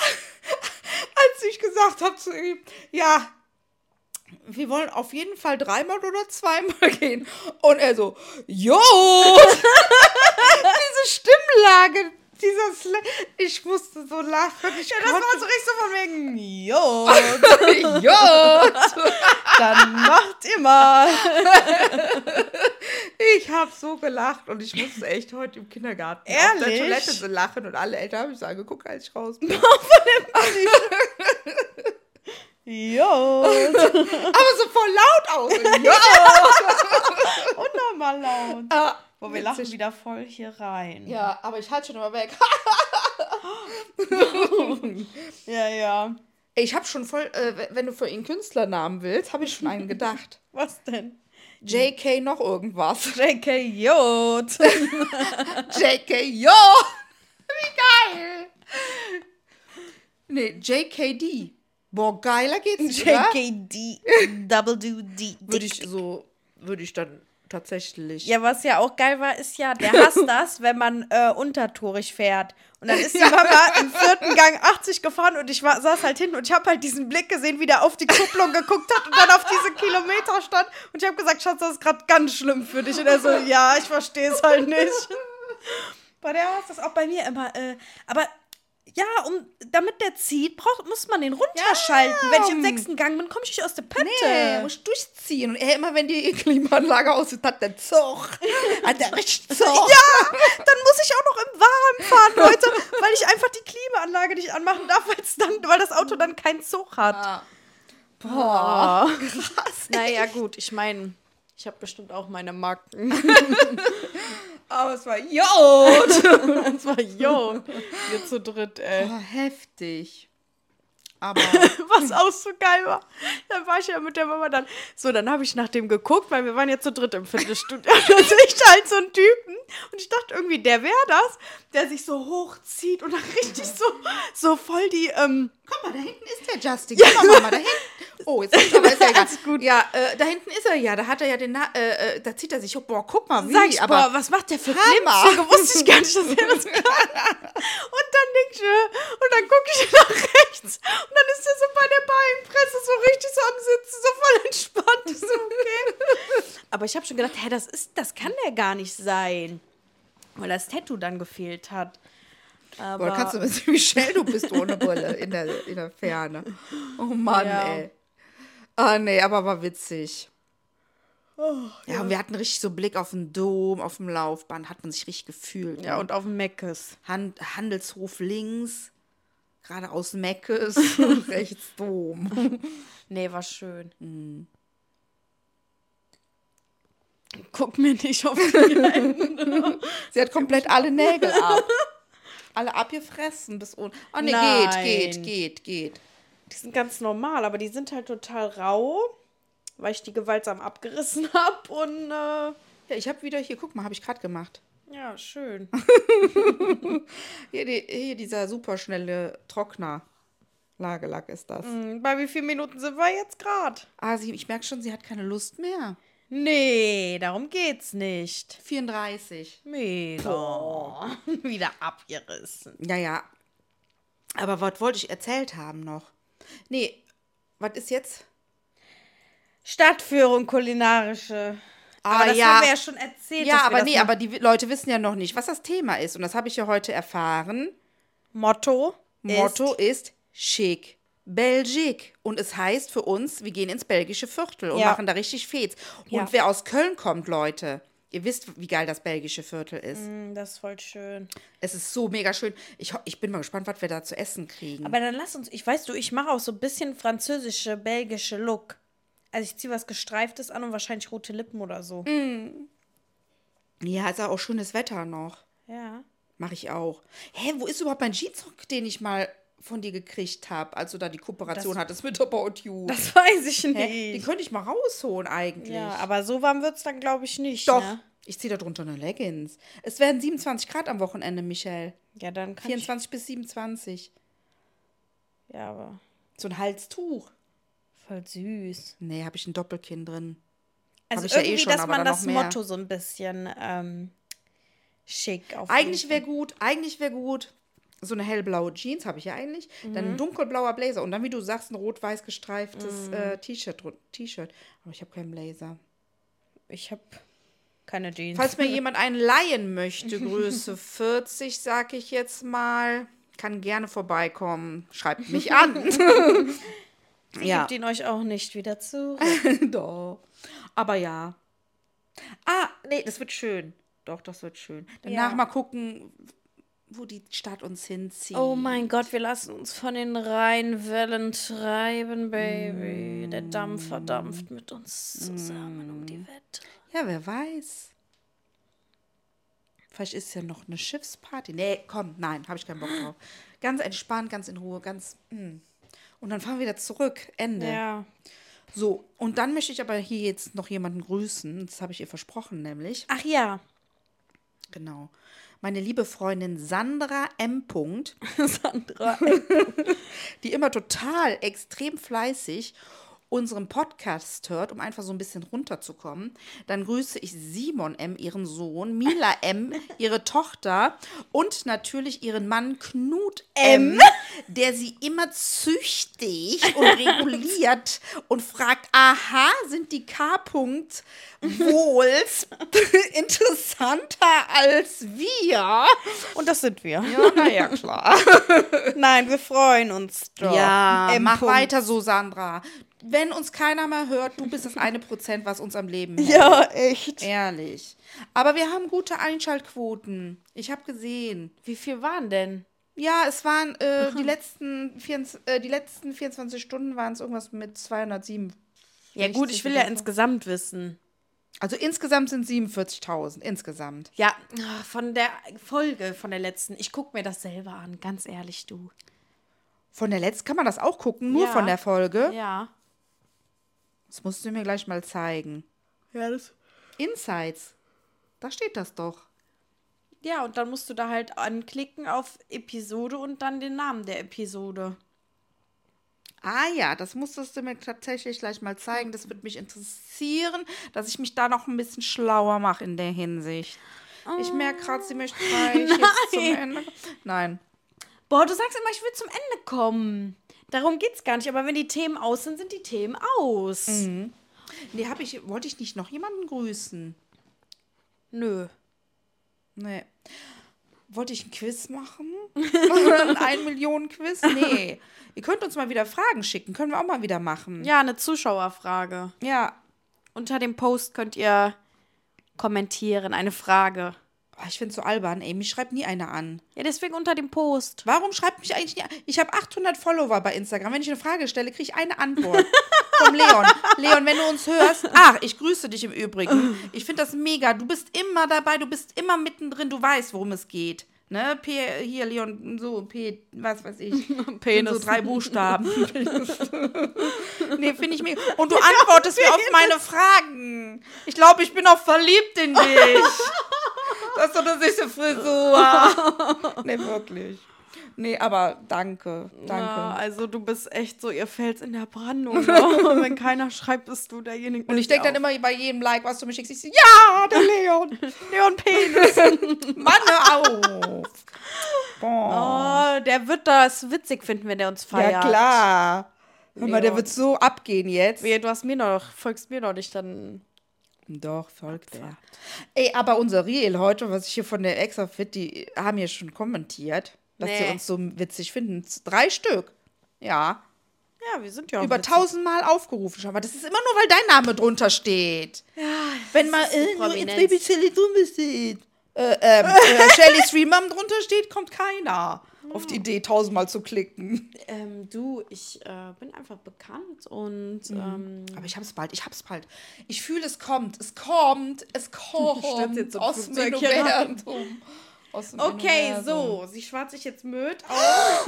Speaker 2: Als ich gesagt habe zu ihm, ja, wir wollen auf jeden Fall dreimal oder zweimal gehen. Und er so, jo! Diese Stimmlage, dieser Sla Ich musste so lachen. Ich
Speaker 1: Das war so richtig so von wegen, jo,
Speaker 2: konnte, jo!
Speaker 1: dann macht ihr mal.
Speaker 2: Ich habe so gelacht und ich musste echt heute im Kindergarten auf der
Speaker 1: Ehrlich?
Speaker 2: Toilette so lachen und alle Eltern haben mich so angeguckt, als ich raus bin.
Speaker 1: Jo,
Speaker 2: Aber so voll laut aus. Ja,
Speaker 1: und nochmal laut. Boah, wir lachen
Speaker 2: witzig.
Speaker 1: wieder voll hier rein.
Speaker 2: Ja, aber ich halte schon immer weg.
Speaker 1: ja. ja.
Speaker 2: Ich habe schon voll, äh, wenn du für ihn Künstlernamen willst, habe ich schon einen gedacht.
Speaker 1: Was denn?
Speaker 2: JK noch irgendwas.
Speaker 1: JK Jod.
Speaker 2: JK, jo! Wie geil! Nee, JKD. Boah, geiler geht's nicht, oder?
Speaker 1: JKD. Double D. D.
Speaker 2: Würde ich so, würde ich dann tatsächlich.
Speaker 1: Ja, was ja auch geil war, ist ja, der hasst das, wenn man äh, untertourig fährt. Und dann ist die Mama im vierten Gang 80 gefahren und ich war, saß halt hin und ich habe halt diesen Blick gesehen, wie der auf die Kupplung geguckt hat und dann auf diese Kilometer stand. Und ich habe gesagt, Schatz, das ist gerade ganz schlimm für dich. Und er so, ja, ich verstehe es halt nicht. Bei der hasst das auch bei mir immer. Äh, aber ja, um, damit der zieht, braucht, muss man den runterschalten. wenn ich im sechsten Gang bin, komme ich nicht aus der Pötte.
Speaker 2: Nee, muss Äh, durchziehen. Und er immer, wenn die Klimaanlage aus ist, hat der Zug. Hat der richtig Zug.
Speaker 1: Ja, dann muss ich auch noch im Warmen fahren, Leute, weil ich einfach die Klimaanlage nicht anmachen darf, weil's dann, weil das Auto dann keinen Zug hat.
Speaker 2: Boah.
Speaker 1: Krass. Naja, Ah. gut, ich meine, ich habe bestimmt auch meine Marken.
Speaker 2: Aber es war, yo.
Speaker 1: Und zwar, yo, wir zu dritt, ey.
Speaker 2: Boah, heftig. Aber
Speaker 1: Was auch so geil war. Dann war ich ja mit der Mama dann. So, dann habe ich nach dem geguckt, weil wir waren ja zu dritt im Fitnessstudio. Und dann sehe ich da halt so einen Typen. Und ich dachte irgendwie, der wäre das, der sich so hochzieht und dann richtig so, so voll die. Ähm,
Speaker 2: guck mal, da hinten ist der Justin. Guck mal, Mama, da hinten. Oh, jetzt ist aber ist er egal.
Speaker 1: Alles gut.
Speaker 2: Ja, äh, da hinten ist er ja. Da hat er ja den, Na äh, äh, da zieht er sich hoch. Boah, guck mal, wie.
Speaker 1: Sag ich,
Speaker 2: aber
Speaker 1: boah, was macht der für
Speaker 2: Hammer.
Speaker 1: Klimmzüge? Wusste ich gar nicht, dass er das kann. Und dann denk ich, äh, und dann gucke ich nach rechts und dann ist er so bei der Beinpresse so richtig so am Sitzen, so voll entspannt. Ich So, okay. Aber ich habe schon gedacht, hä, das ist, das kann der gar nicht sein. Weil das Tattoo dann gefehlt hat. Aber
Speaker 2: Boah, da kannst du wissen, wie schnell du bist ohne Brille in der, in der Ferne. Oh Mann,
Speaker 1: Ja.
Speaker 2: ey. Ah, nee, aber war witzig.
Speaker 1: Oh,
Speaker 2: ja, und wir hatten richtig so Blick auf den Dom, auf dem Laufband, hat man sich richtig gefühlt.
Speaker 1: ja,
Speaker 2: ne?
Speaker 1: und auf dem Meckes.
Speaker 2: Hand, Handelshof links, geradeaus Meckes, rechts Dom.
Speaker 1: Nee, war schön. Guck mir nicht auf die
Speaker 2: Sie hat komplett alle Nägel ab. Alle abgefressen bis ohne. Oh nee,
Speaker 1: Nein.
Speaker 2: geht, geht, geht, geht.
Speaker 1: Die sind ganz normal, aber die sind halt total rau, weil ich die gewaltsam abgerissen habe und äh,
Speaker 2: Ja, ich habe wieder hier, guck mal, habe ich gerade gemacht.
Speaker 1: ja, schön.
Speaker 2: Hier, die, hier dieser superschnelle Trockner. Lagelack ist das.
Speaker 1: Hm, Bei wie vielen Minuten sind wir jetzt gerade?
Speaker 2: Ah, sie, ich merke schon, sie hat keine Lust mehr.
Speaker 1: Nee, darum geht's nicht.
Speaker 2: 34.
Speaker 1: Mega. Wieder abgerissen.
Speaker 2: Ja, ja. Aber was wollte ich erzählt haben noch? Nee, was ist jetzt?
Speaker 1: Stadtführung kulinarische.
Speaker 2: Ah,
Speaker 1: Aber das
Speaker 2: ja.
Speaker 1: haben wir ja schon erzählt.
Speaker 2: Ja,
Speaker 1: dass wir
Speaker 2: aber
Speaker 1: das
Speaker 2: nee,
Speaker 1: machen.
Speaker 2: aber die Leute wissen ja noch nicht, was das Thema ist. Und das habe ich ja heute erfahren.
Speaker 1: Motto.
Speaker 2: Motto
Speaker 1: ist,
Speaker 2: ist schick. Belgik. Und es heißt für uns, wir gehen ins belgische Viertel und
Speaker 1: Ja.
Speaker 2: machen da richtig Fets. Und
Speaker 1: Ja.
Speaker 2: wer aus Köln kommt, Leute, Ihr wisst, wie geil das belgische Viertel ist.
Speaker 1: Mm, Das ist voll schön.
Speaker 2: Es ist so mega schön. Ich, ho- ich bin mal gespannt, was wir da zu essen kriegen.
Speaker 1: Aber dann lass uns, ich weiß du, ich mache auch so ein bisschen französische, belgische Look. Also ich ziehe was Gestreiftes an und wahrscheinlich rote Lippen oder so.
Speaker 2: ja, ist ja auch schönes Wetter noch.
Speaker 1: Ja.
Speaker 2: Mache ich auch. Hä, wo ist überhaupt mein Jeansrock, den ich mal von dir gekriegt habe, als du da die Kooperation
Speaker 1: Das-
Speaker 2: hattest mit About You?
Speaker 1: Das weiß ich
Speaker 2: Hä? Den
Speaker 1: nicht.
Speaker 2: könnte ich mal rausholen eigentlich.
Speaker 1: Ja, aber so warm wird es dann, glaube ich, nicht.
Speaker 2: Doch.
Speaker 1: Ne?
Speaker 2: Ich ziehe da drunter eine Leggings. Es werden 27 Grad am Wochenende, Michelle.
Speaker 1: Ja, dann kann
Speaker 2: 24 bis 27.
Speaker 1: ich. Ja, aber
Speaker 2: So ein Halstuch.
Speaker 1: voll süß.
Speaker 2: Nee, habe ich ein Doppelkinn drin.
Speaker 1: Also
Speaker 2: ich ja eh
Speaker 1: irgendwie,
Speaker 2: schon,
Speaker 1: dass
Speaker 2: aber
Speaker 1: man
Speaker 2: dann
Speaker 1: das
Speaker 2: noch mehr.
Speaker 1: Motto so ein bisschen ähm, schick auf.
Speaker 2: Eigentlich wäre gut, eigentlich wäre gut. So eine hellblaue Jeans habe ich ja eigentlich. Dann ein dunkelblauer Blazer. Und dann, wie du sagst, ein rot-weiß gestreiftes äh, T-Shirt. drun- T-Shirt. Aber ich habe keinen Blazer.
Speaker 1: Ich habe keine Jeans.
Speaker 2: Falls mir jemand einen leihen möchte, Größe 40, sage ich jetzt mal, kann gerne vorbeikommen. Schreibt mich an. ja,
Speaker 1: Gebt ihn euch auch nicht wieder zu.
Speaker 2: doch. Aber ja. Ah, nee, das wird schön. Doch, das wird schön. Danach
Speaker 1: Ja.
Speaker 2: mal gucken, wo die Stadt uns hinzieht.
Speaker 1: Oh mein Gott, wir lassen uns von den Rheinwellen treiben, Baby. Der Dampfer dampft mit uns zusammen um die Wette.
Speaker 2: Ja, wer weiß. Vielleicht ist ja noch eine Schiffsparty. Nee, komm, nein, habe ich keinen Bock drauf. Ganz entspannt, ganz in Ruhe, ganz. mm. Und dann fahren wir wieder zurück. Ende.
Speaker 1: Ja.
Speaker 2: So, und dann möchte ich aber hier jetzt noch jemanden grüßen. Das habe ich ihr versprochen, nämlich.
Speaker 1: Ach ja.
Speaker 2: Genau. Meine liebe Freundin Sandra M. Punkt,
Speaker 1: Sandra.
Speaker 2: die immer total extrem fleißig unseren Podcast hört, um einfach so ein bisschen runterzukommen. Dann grüße ich Simon M., ihren Sohn, Mila M., ihre Tochter und natürlich ihren Mann Knut M., der sie immer züchtig und reguliert und fragt, aha, sind die K-Punkt Wohls interessanter als wir?
Speaker 1: Und das sind wir.
Speaker 2: Ja, naja, klar.
Speaker 1: Nein, wir freuen uns. doch.
Speaker 2: Ja,
Speaker 1: M.
Speaker 2: mach
Speaker 1: Punkt.
Speaker 2: weiter so, Sandra. Wenn uns keiner mehr hört, du bist das eine Prozent, was uns am Leben hält.
Speaker 1: Ja, echt.
Speaker 2: Ehrlich. Aber wir haben gute Einschaltquoten. Ich habe gesehen.
Speaker 1: Wie viel waren denn?
Speaker 2: Ja, es waren äh, die, letzten 24, äh, die letzten 24 Stunden waren es irgendwas mit 207.
Speaker 1: Ja gut, ich will ja insgesamt wissen.
Speaker 2: Also insgesamt sind 47.000. Insgesamt.
Speaker 1: Ja, ah, von der Folge, von der letzten. Ich guck mir das selber an, ganz ehrlich, du.
Speaker 2: Von der letzten kann man das auch gucken, nur
Speaker 1: Ja.
Speaker 2: von der Folge.
Speaker 1: Ja.
Speaker 2: Das musst du mir gleich mal zeigen.
Speaker 1: Ja, das
Speaker 2: Insights. Da steht das doch.
Speaker 1: Ja, und dann musst du da halt anklicken auf Episode und dann den Namen der Episode.
Speaker 2: Ah ja, das musstest du mir tatsächlich gleich mal zeigen. Das würde mich interessieren, dass ich mich da noch ein bisschen schlauer mache in der Hinsicht. Ich merke gerade, sie möchte gleich jetzt zum Ende. Nein.
Speaker 1: Boah, du sagst immer, ich will zum Ende kommen. Darum geht's gar nicht, aber wenn die Themen aus sind, sind die Themen aus.
Speaker 2: Nee, hab ich, wollte ich nicht noch jemanden grüßen?
Speaker 1: Nö.
Speaker 2: Nee. Wollte ich ein Quiz machen? ein Ein-Millionen-Quiz? Nee. Ihr könnt uns mal wieder Fragen schicken. Können wir auch mal wieder machen.
Speaker 1: Ja, eine Zuschauerfrage.
Speaker 2: ja.
Speaker 1: Unter dem Post könnt ihr kommentieren, eine Frage.
Speaker 2: Oh, ich finde es so albern. Ey, mich schreibt nie einer an.
Speaker 1: Ja, deswegen unter dem Post.
Speaker 2: Warum schreibt mich eigentlich nie? Ich habe 800 Follower bei Instagram. Wenn ich eine Frage stelle, kriege ich eine Antwort vom Leon. Leon, wenn du uns hörst, ach, ich grüße dich im Übrigen. Ich finde das mega. Du bist immer dabei, du bist immer mittendrin, du weißt, worum es geht. Ne? P, hier, Leon, so, P, was weiß ich. Penis. So drei Buchstaben. nee, finde ich mega. Und du antwortest mir auf meine Fragen. Ich glaube, ich bin auch verliebt in dich. Das ist doch eine süße Frisur. Nee, wirklich. Nee, aber danke.
Speaker 1: Ja,
Speaker 2: Danke.
Speaker 1: also du bist echt so, ihr fällt in der Brandung. ne? wenn keiner schreibt, bist du derjenige.
Speaker 2: Und
Speaker 1: der
Speaker 2: ich
Speaker 1: sie
Speaker 2: denke dann
Speaker 1: auf-
Speaker 2: immer bei jedem Like, was du mir schickst, ich so, ja, der Leon.
Speaker 1: Leon Penis.
Speaker 2: Mann, hör auf. Boah.
Speaker 1: Oh, der wird das witzig finden, wenn der uns feiert.
Speaker 2: ja, klar. Hör mal, der
Speaker 1: Leon.
Speaker 2: wird so abgehen jetzt.
Speaker 1: Wehe, du hast mir noch, folgst mir noch nicht, dann.
Speaker 2: Doch, folgt der. Ey, aber unser Reel heute, was ich hier von der Exa Fit, die haben ja schon kommentiert, dass sie
Speaker 1: Nee.
Speaker 2: uns so witzig finden. Z- Drei Stück. Ja.
Speaker 1: Ja, wir sind ja auch
Speaker 2: über
Speaker 1: witzig.
Speaker 2: tausendmal aufgerufen schon. Aber das ist immer nur, weil dein Name drunter steht. Ja, Wenn mal
Speaker 3: die
Speaker 2: äh, nur jetzt
Speaker 3: Prominenz.
Speaker 2: Baby Shelly Dumme steht. Äh, ähm, äh, Shelly Streamam drunter steht, kommt keiner auf die Idee, tausendmal zu klicken.
Speaker 1: Ähm, du, ich äh, bin einfach bekannt und ähm,
Speaker 2: Aber ich hab's bald, ich hab's bald. Ich fühle, es kommt, es kommt, es kommt.
Speaker 1: Stand jetzt im
Speaker 2: aus dem
Speaker 1: Flugzeug hier rein.
Speaker 2: Universum. Aus dem
Speaker 1: Okay,
Speaker 2: Universum.
Speaker 1: so, sie schwarz sich jetzt Möd auf.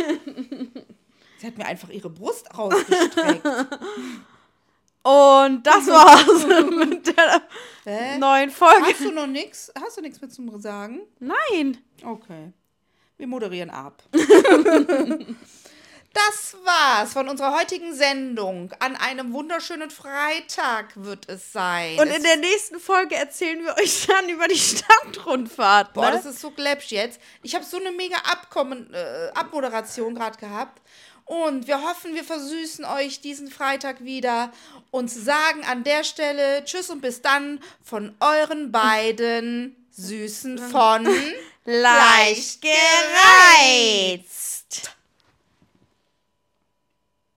Speaker 2: Sie hat mir einfach ihre Brust rausgestreckt.
Speaker 1: Und das war's mit der
Speaker 2: Hä?
Speaker 1: neuen Folge.
Speaker 2: Hast du noch nichts? Hast du nichts mehr zum Sagen?
Speaker 1: Nein.
Speaker 2: Okay. Wir moderieren ab. das war's von unserer heutigen Sendung. An einem wunderschönen Freitag wird es sein.
Speaker 1: Und
Speaker 2: es,
Speaker 1: in der nächsten Folge erzählen wir euch dann über die Stadtrundfahrt.
Speaker 2: boah,
Speaker 1: ne?
Speaker 2: das ist so gläppsch jetzt. Ich habe so eine mega Abkommen, äh, Abmoderation gerade gehabt. Und wir hoffen, wir versüßen euch diesen Freitag wieder und sagen an der Stelle Tschüss und bis dann von euren beiden Süßen von
Speaker 1: leicht gereizt.